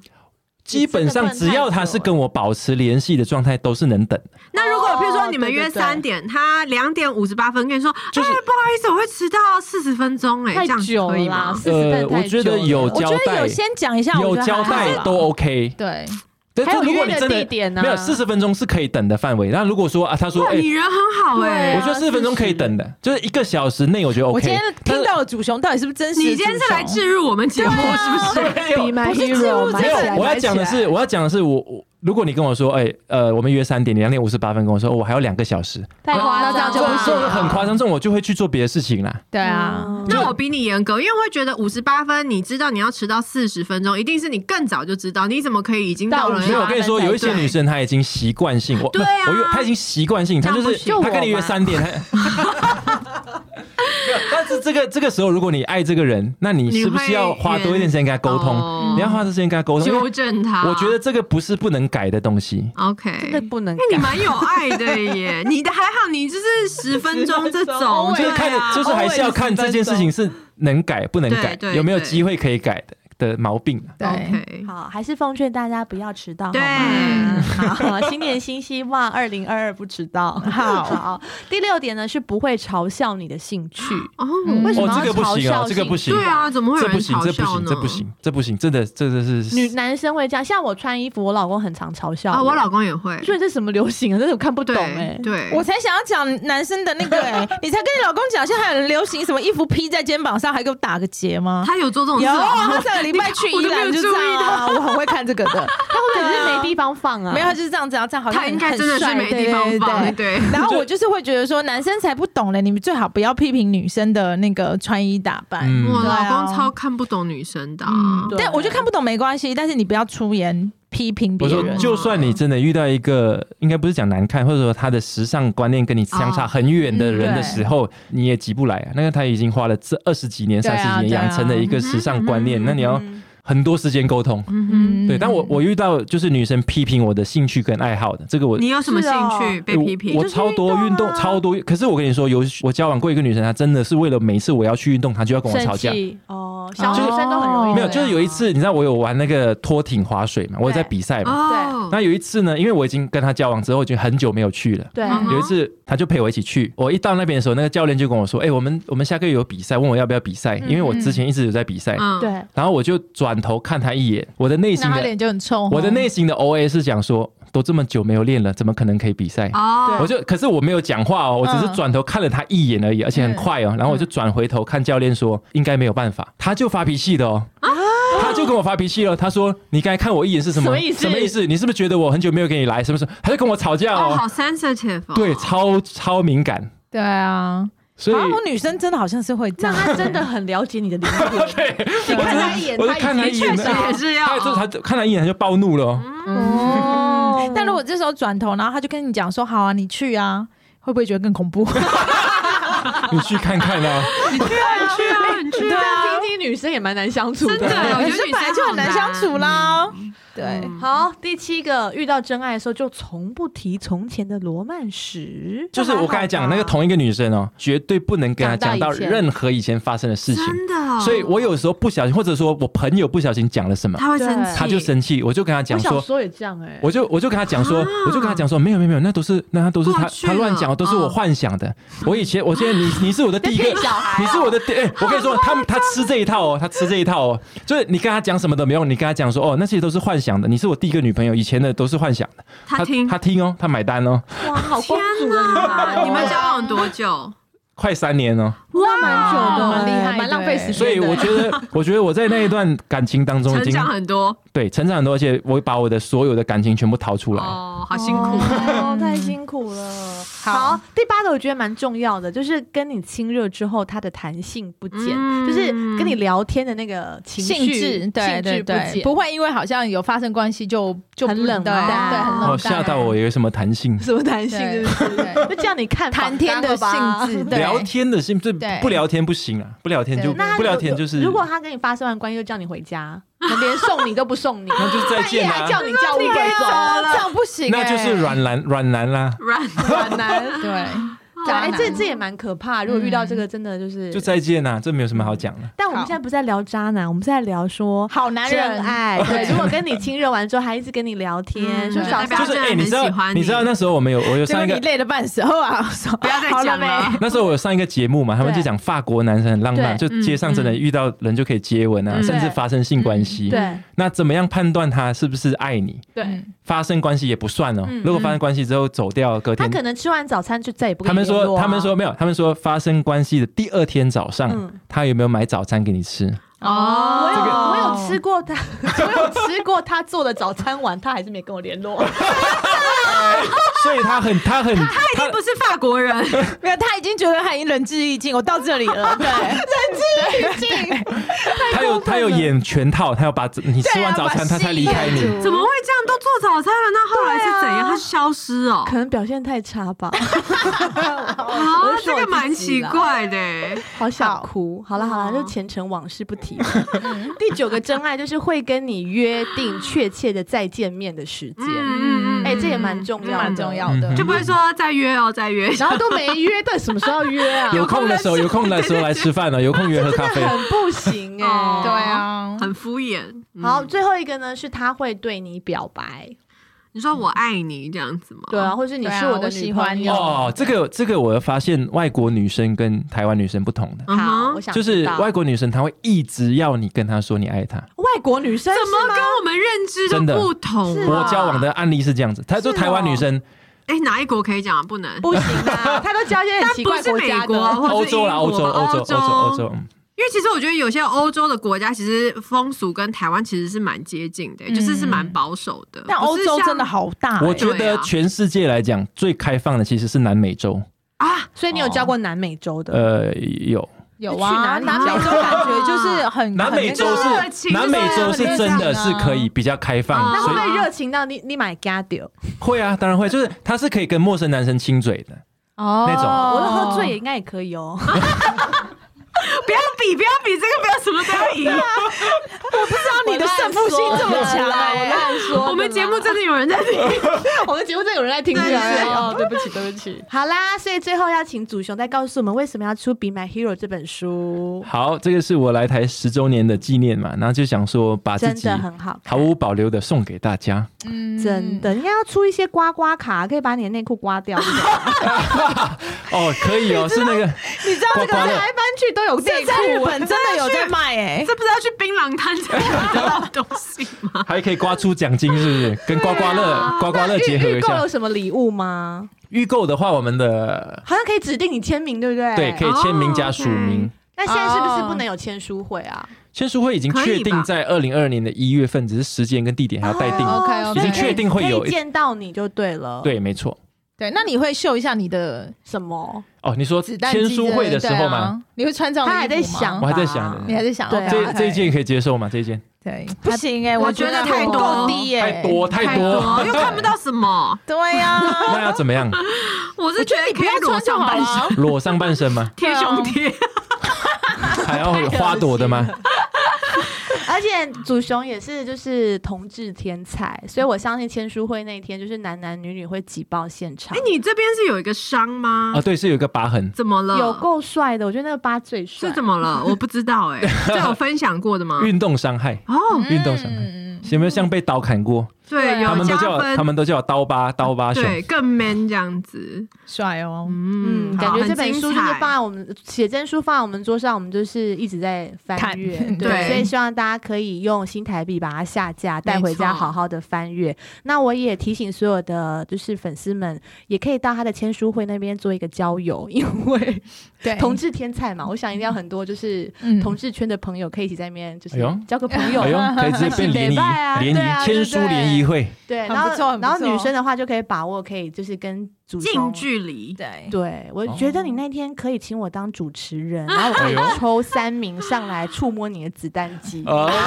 基本上只要她是跟我保持联系的状态，都是能等。那如果哦譬如说你们约对对对三点，他两点五十八分跟你说，哎，不就是好意思，我会迟到四十分钟，哎， 太这样久可以了啦吗？ 40分呃我太觉久得了有我交觉得代有，先讲一下，有我觉得还交好代啦都 OK。对，但还是有如果约你的真地的点呢、啊没有四十分钟是可以等的范围。那如果说啊，他说哇，哎，你人很好哎对我啊。觉得四十分钟可以等的，就是一个小时内我觉得我今 OK 天。听到了祖雄到底是不是真实的你祖雄？今天是来置入我们节目是不是？ 没有 b e my 不是记 hero，录买没起有来，我要讲的，是，我要讲的是，我我如果你跟我说，哎、呃，我们约三点，你两点五十八分跟我说，哦我还有两个小时，太夸张，这样就啊就这不种行这种很夸张，这种我就会去做别的事情啦。对嗯啊，嗯那我比你严格，因为会觉得五十八分，你知道你要迟到四十分钟，一定是你更早就知道，你怎么可以已经到了？到没有，我跟你说，对有一些女生她已经习惯性，我对啊我有她已经习惯性，她就这样是不行她跟你约三点，她没 有。但是这个这个时候，如果你爱这个人，那你是不是要花多一点时间跟他沟通？哦你要花多时间跟他沟通，因纠为正他。我觉得这个不是不能改的东西。 OK，真的不能哎，你蛮有爱的耶！你的还好，你就是十分钟这种，就对是看，啊，就是还是要看这件事情是能改不能改对对，有没有对机会可以改的的毛病啊。对， OK，好，还是奉劝大家不要迟到，好对吗？ 好，新年新希望，二零二二不迟到。好第六点呢是不会嘲笑你的兴趣，哦，嗯为什哦么，这要个不嘲行笑哦，性？这个不行，对啊，怎么会有这不人行，嘲这不笑行，呢？这不行，这不行，真的，这个是女男生会这样，像我穿衣服，我老公很常嘲笑啊！我老公也 会我，说你这什么流行啊，这我看不懂哎对。对，我才想要讲男生的 那个哎，你才跟你老公讲，现在还很流行什么衣服披在肩膀上，还给我打个结吗？他有做这种事有，哦他，上个礼拜去我宜都没有兰就注这意样啊，我很会看这个 的，他会不会只是没地方放啊？没有，他就是这样子啊，这样好像他应该真的是很没帅地方对 对放，对对。然后我就是会觉得说，男生才不懂嘞，你们最好不要批评女生的那个穿衣打扮。嗯我老对啊公超看不懂女生的啊，嗯，对但我觉得看不懂没关系，但是你不要出言批评别我说啊人，。就算你真的遇到一个，应该不是讲难看，或者说他的时尚观念跟你相啊差很远的人的时嗯候，你也急不来啊。那个他已经花了这二十几年、对三啊十几年对啊养成的一个时尚观念，嗯那你要很多时间沟通。嗯对，但我我遇到就是女生批评我的兴趣跟爱好的，这个我你有什么兴趣被批评？我我超多运动，啊超多。可是我跟你说，有我交往过一个女生，她真的是为了每次我要去运动，她就要跟我吵生架。气哦，小女生都很容易哦没有，就是有一次，你知道我有玩那个拖艇划水哎嘛，我有在对比赛嘛。哦，那有一次呢，因为我已经跟她交往之后，已经很久没有去了。对嗯有一次，他就陪我一起去。我一到那边的时候，那个教练就跟我说：“哎、我们我们下个月有比赛，问我要不要比赛，因为我之前一直有在比赛。嗯，对，然后我就转头看他一眼，我的内心那他的脸就很臭。我的内心的 O A 是讲说：都这么久没有练了，怎么可能可以比赛？哦，我就可是我没有讲话哦，我只是嗯转头看了他一眼而已，而且很快哦。然后我就转回头看教练说：应该没有办法。他就发脾气的哦，他就跟我发脾气了。他说：你刚才看我一眼是什么什么意思什么意思？你是不是觉得我很久没有给你来？什么什么？他就跟我吵架哦，哦好 sensitive，哦对，超超敏感。对啊，所以好像我女生真的好像是会这那样，他真的很了解你的灵魂， 对看他一眼，我就看他他一眼已经确实也是要他就他看他一眼他就暴怒了哦，嗯哦但如果这时候转头，然后他就跟你讲说：“好啊，你去啊。”会不会觉得更恐怖？你去看看啊，去啊，你去啊，听听女生也蛮难相处真的，的。 我觉得这女本来生就很难相处啦。好对难。，嗯好，第七个，遇到真爱的时候就从不提从前的罗曼史，就是我刚才讲那个同一个女生哦，绝对不能跟她讲讲到到以前任何以前发生的事情。真的哦，所以我有时候不小心，或者说我朋友不小心讲了什么，他会生气，他就生气，我就跟他我讲小说。时候也这样哎，我就我就跟他讲说，我就跟他讲说，没有没有没有，那都是那他都是他啊过去他乱了讲的，都是我嗯幻想的。我以前我现在你你是我的第一个，啊你是我的啊第，哎我跟你说，他们他吃这一套哦，他吃这一套哦，就是你跟他讲什么都没用，你跟他讲说哦，那些都是幻想的，你是我第一个女朋友，以前的都是幻想的。他听，他听哦，他买单哦，哇，好天公主哪，啊！你们交往多久？快三年哦，哇，蛮久的，哇蛮厉害，欸对蛮浪费时间的。所以我觉得我觉得我在那一段感情当中已成经长很多对成长很多，而且我把我的所有的感情全部掏出来。哦，好辛苦。哦，太辛苦了。好，第八个我觉得蛮重要的，就是跟你亲热之后，它的弹性不减，嗯就是跟你聊天的那个情绪性质对性对质不对，减。不会因为好像有发生关系就就很不冷对对淡很哦，冷淡，吓到我，有什么弹性？什么弹性是对不是？对就叫你看 谈天的性质，对聊天的性，这对不聊天不行啊，不聊天就对那他不聊天就是，如果他跟你发生完关系就叫你回家，可能连送你都不送你，那就再半夜 见还啦、叫你哎叫 u 对 b 啊走。这样不行欸，那就是软男软男啊啦，软软男，对。对，渣哎，男这这也蛮可怕。如果遇到这个，真的就是就再见啦、啊这没有什么好讲的。但我们好现在不是在聊渣男，我们是在聊说好男真人，爱。对，对如果跟你亲热完之后还一直跟你聊天，嗯就少代表少就是真哎的你很知道喜欢你知道你那时候我们有我有结果上一你个。累得半死，后啊，不要再好讲没了。那时候我有上一个节目嘛，他们就讲法国男生很浪漫，就对街上嗯真的遇到人就可以接吻啊，嗯甚至发生性关系。对那怎么样判断他是不是爱你？对。嗯发生关系也不算哦，嗯如果发生关系之后走掉，隔他天可能吃完早餐就再也不跟他你们联络说啊他们说没有，他们说发生关系的第二天早上嗯，他有没有买早餐给你吃？我有哦，我有吃过 他，我有吃过他做的早餐碗，他还是没跟我联络。所以他很他很他他不是法国人，没有，他已经觉得他已经仁至义尽，我到这里 了，对，仁至义 尽，他有他有演全套，他要把你啊吃完早餐把他才离开你。怎么会这样？都做早餐了，那后来是怎样？他消失哦。可能表现太差 吧， 啊我，是这我个自蛮己奇啦怪的。欸好想哭。好了好了，哦就前尘往事不提了。第九个真爱就是会跟你约定确切的再见面的时间，嗯嗯嗯，哎，这也蛮重要的，蛮重要的嗯，就不会说再约哦，再约。 然后都没约，但什么时候要约啊？有空的时候，有空的时候来吃饭了，有空约喝 咖啡。很不行哎、哦对啊，很敷衍。嗯好，，最后一个呢是他会对你表白，你说我爱你这样子吗？对啊，，或是你对啊是我的我女喜朋欢友。有你哦，这个这个，我发现外国女生跟台湾女生不同的，嗯好，哼我，想就是知道外国女生她会一直要你跟她说你爱她。外国女生怎么是吗跟我们认知真的都不同是啊？我交往的案例是这样子，她就是哦台湾女生，哎，哪一国可以讲啊？不能，不 行啊？他都交一些很奇不怪是国美家国的。或是欧洲啦，欧英洲，国吧欧洲，欧洲，欧欧洲。嗯因为其实我觉得有些欧洲的国家其实风俗跟台湾其实是蛮接近的，就是是蛮保守的。但欧洲真的好大欸，我觉对得啊全世界来讲最开放的其实是南美洲，啊，所以你有交过南美洲的？呃，有有去啊，哪里南美洲感觉就是很南美洲很那个是很南美洲是真的是可以比较开放，对啊哦那会所不以会热情到你你买家丢？会啊，当然会，就是她是可以跟陌生男生亲嘴的。哦那种我都喝醉也应该也可以 哦。不要比，不要比这个，不要什么都要赢。那你的胜负心这么强啊啊我哎，乱说的啦。我们节目真的有人在听，我们节目真的有人在听对对哦，对不起，对不起。好啦，所以最后要请祖雄再告诉我们为什么要出《Be My Hero》这本书，好，这个是我来台十周年的纪念嘛，然后就想说把自真己的很好看毫无保留的送给大家。嗯真的，应该要出一些刮刮卡，可以把你的内裤刮掉。哦，可以哦，是那个你知道这刮刮个乐在一般去都有内这在日裤啊，本真的有在卖哎，这不是要去槟榔摊才买得到的东西吗？还可以刮出奖金，是不是？跟刮刮乐、刮刮乐结合预一预购下有。什么礼物吗？预购的话，我们的好像可以指定你签名，对不对？对可以签名加署名。那现在是不是不能有签书会啊？签书会已经确可以定吧在二零二二年的一月份，只是时间跟地点还要待定。哦 OK，OK 已经所以可以确定会有可以见到你就对了。，对，没错。对，那你会秀一下你的什么？哦，你说子弹机签书会的时候对啊嘛，啊？你会穿这样的他还衣服吗？在想吧，我还在想你还在想对啊这 OK，OK 这一件可以接受吗？这一件对，不行哎、我我觉得太太多够低哎、太多太多多，又看不到什么，对啊 呀、 那要怎么样？我是觉得你不可要以裸穿就上好半了身，裸上半身吗？贴胸贴，还要有花朵的吗？而且祖雄也是就是同志天才，所以我相信签书会那天就是男男女女会挤爆现场。哎，你这边是有一个伤吗啊，？对，是有一个疤痕。怎么了？有够帅的，我觉得那个疤最帅。是怎么 了？我不知道哎，这有分享过 的吗？运动伤害，哦，运动伤害嗯有没有像被刀砍过？对，对啊他有们都加叫我分他，们都叫我刀疤刀疤熊。对，更 man 这样子，帅哦，嗯嗯，，感好觉这本书就是。很精彩放在我们写真书放在我们桌上，我们就是一直在翻阅看，对所以希望大家可以用新台币把它下架，带回没家错好好的翻阅。那我也提醒所有的就是粉丝们，也可以到他的签书会那边做一个交友，因为对，同志天菜嘛，我想一定要很多就是嗯同志圈的朋友可以一起在那边就哎是呦交个朋友哎，呦，可以直接变联谊很礼拜啊联对啊谊签书对不对联谊会，对，然很不错后很不然后错女生的话就可以把握，可以就是跟主近距离，对，对，我觉得你那天可以请我当主持人，啊然后我可以哦哎呦抽三名上来触摸你的子弹肌。 我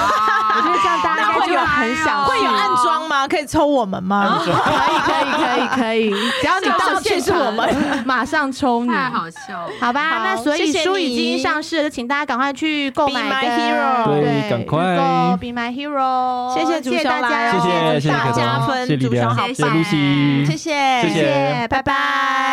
哦，觉得这样大家应该就很想会有去暗装吗？可以抽我们吗？可以可以可以可以，只要你到现是场，我马上抽你。 太好笑了。好吧，好那所以谢谢书已经你上市了，请大家赶快去购 Be 买 my 跟 hero 对赶快预购 Be My Hero，谢谢谢主谢修大来家哦哦，谢谢谢谢大可家彤，分谢谢主李持人彪，好谢谢棒 Lucy，谢谢谢谢拜拜。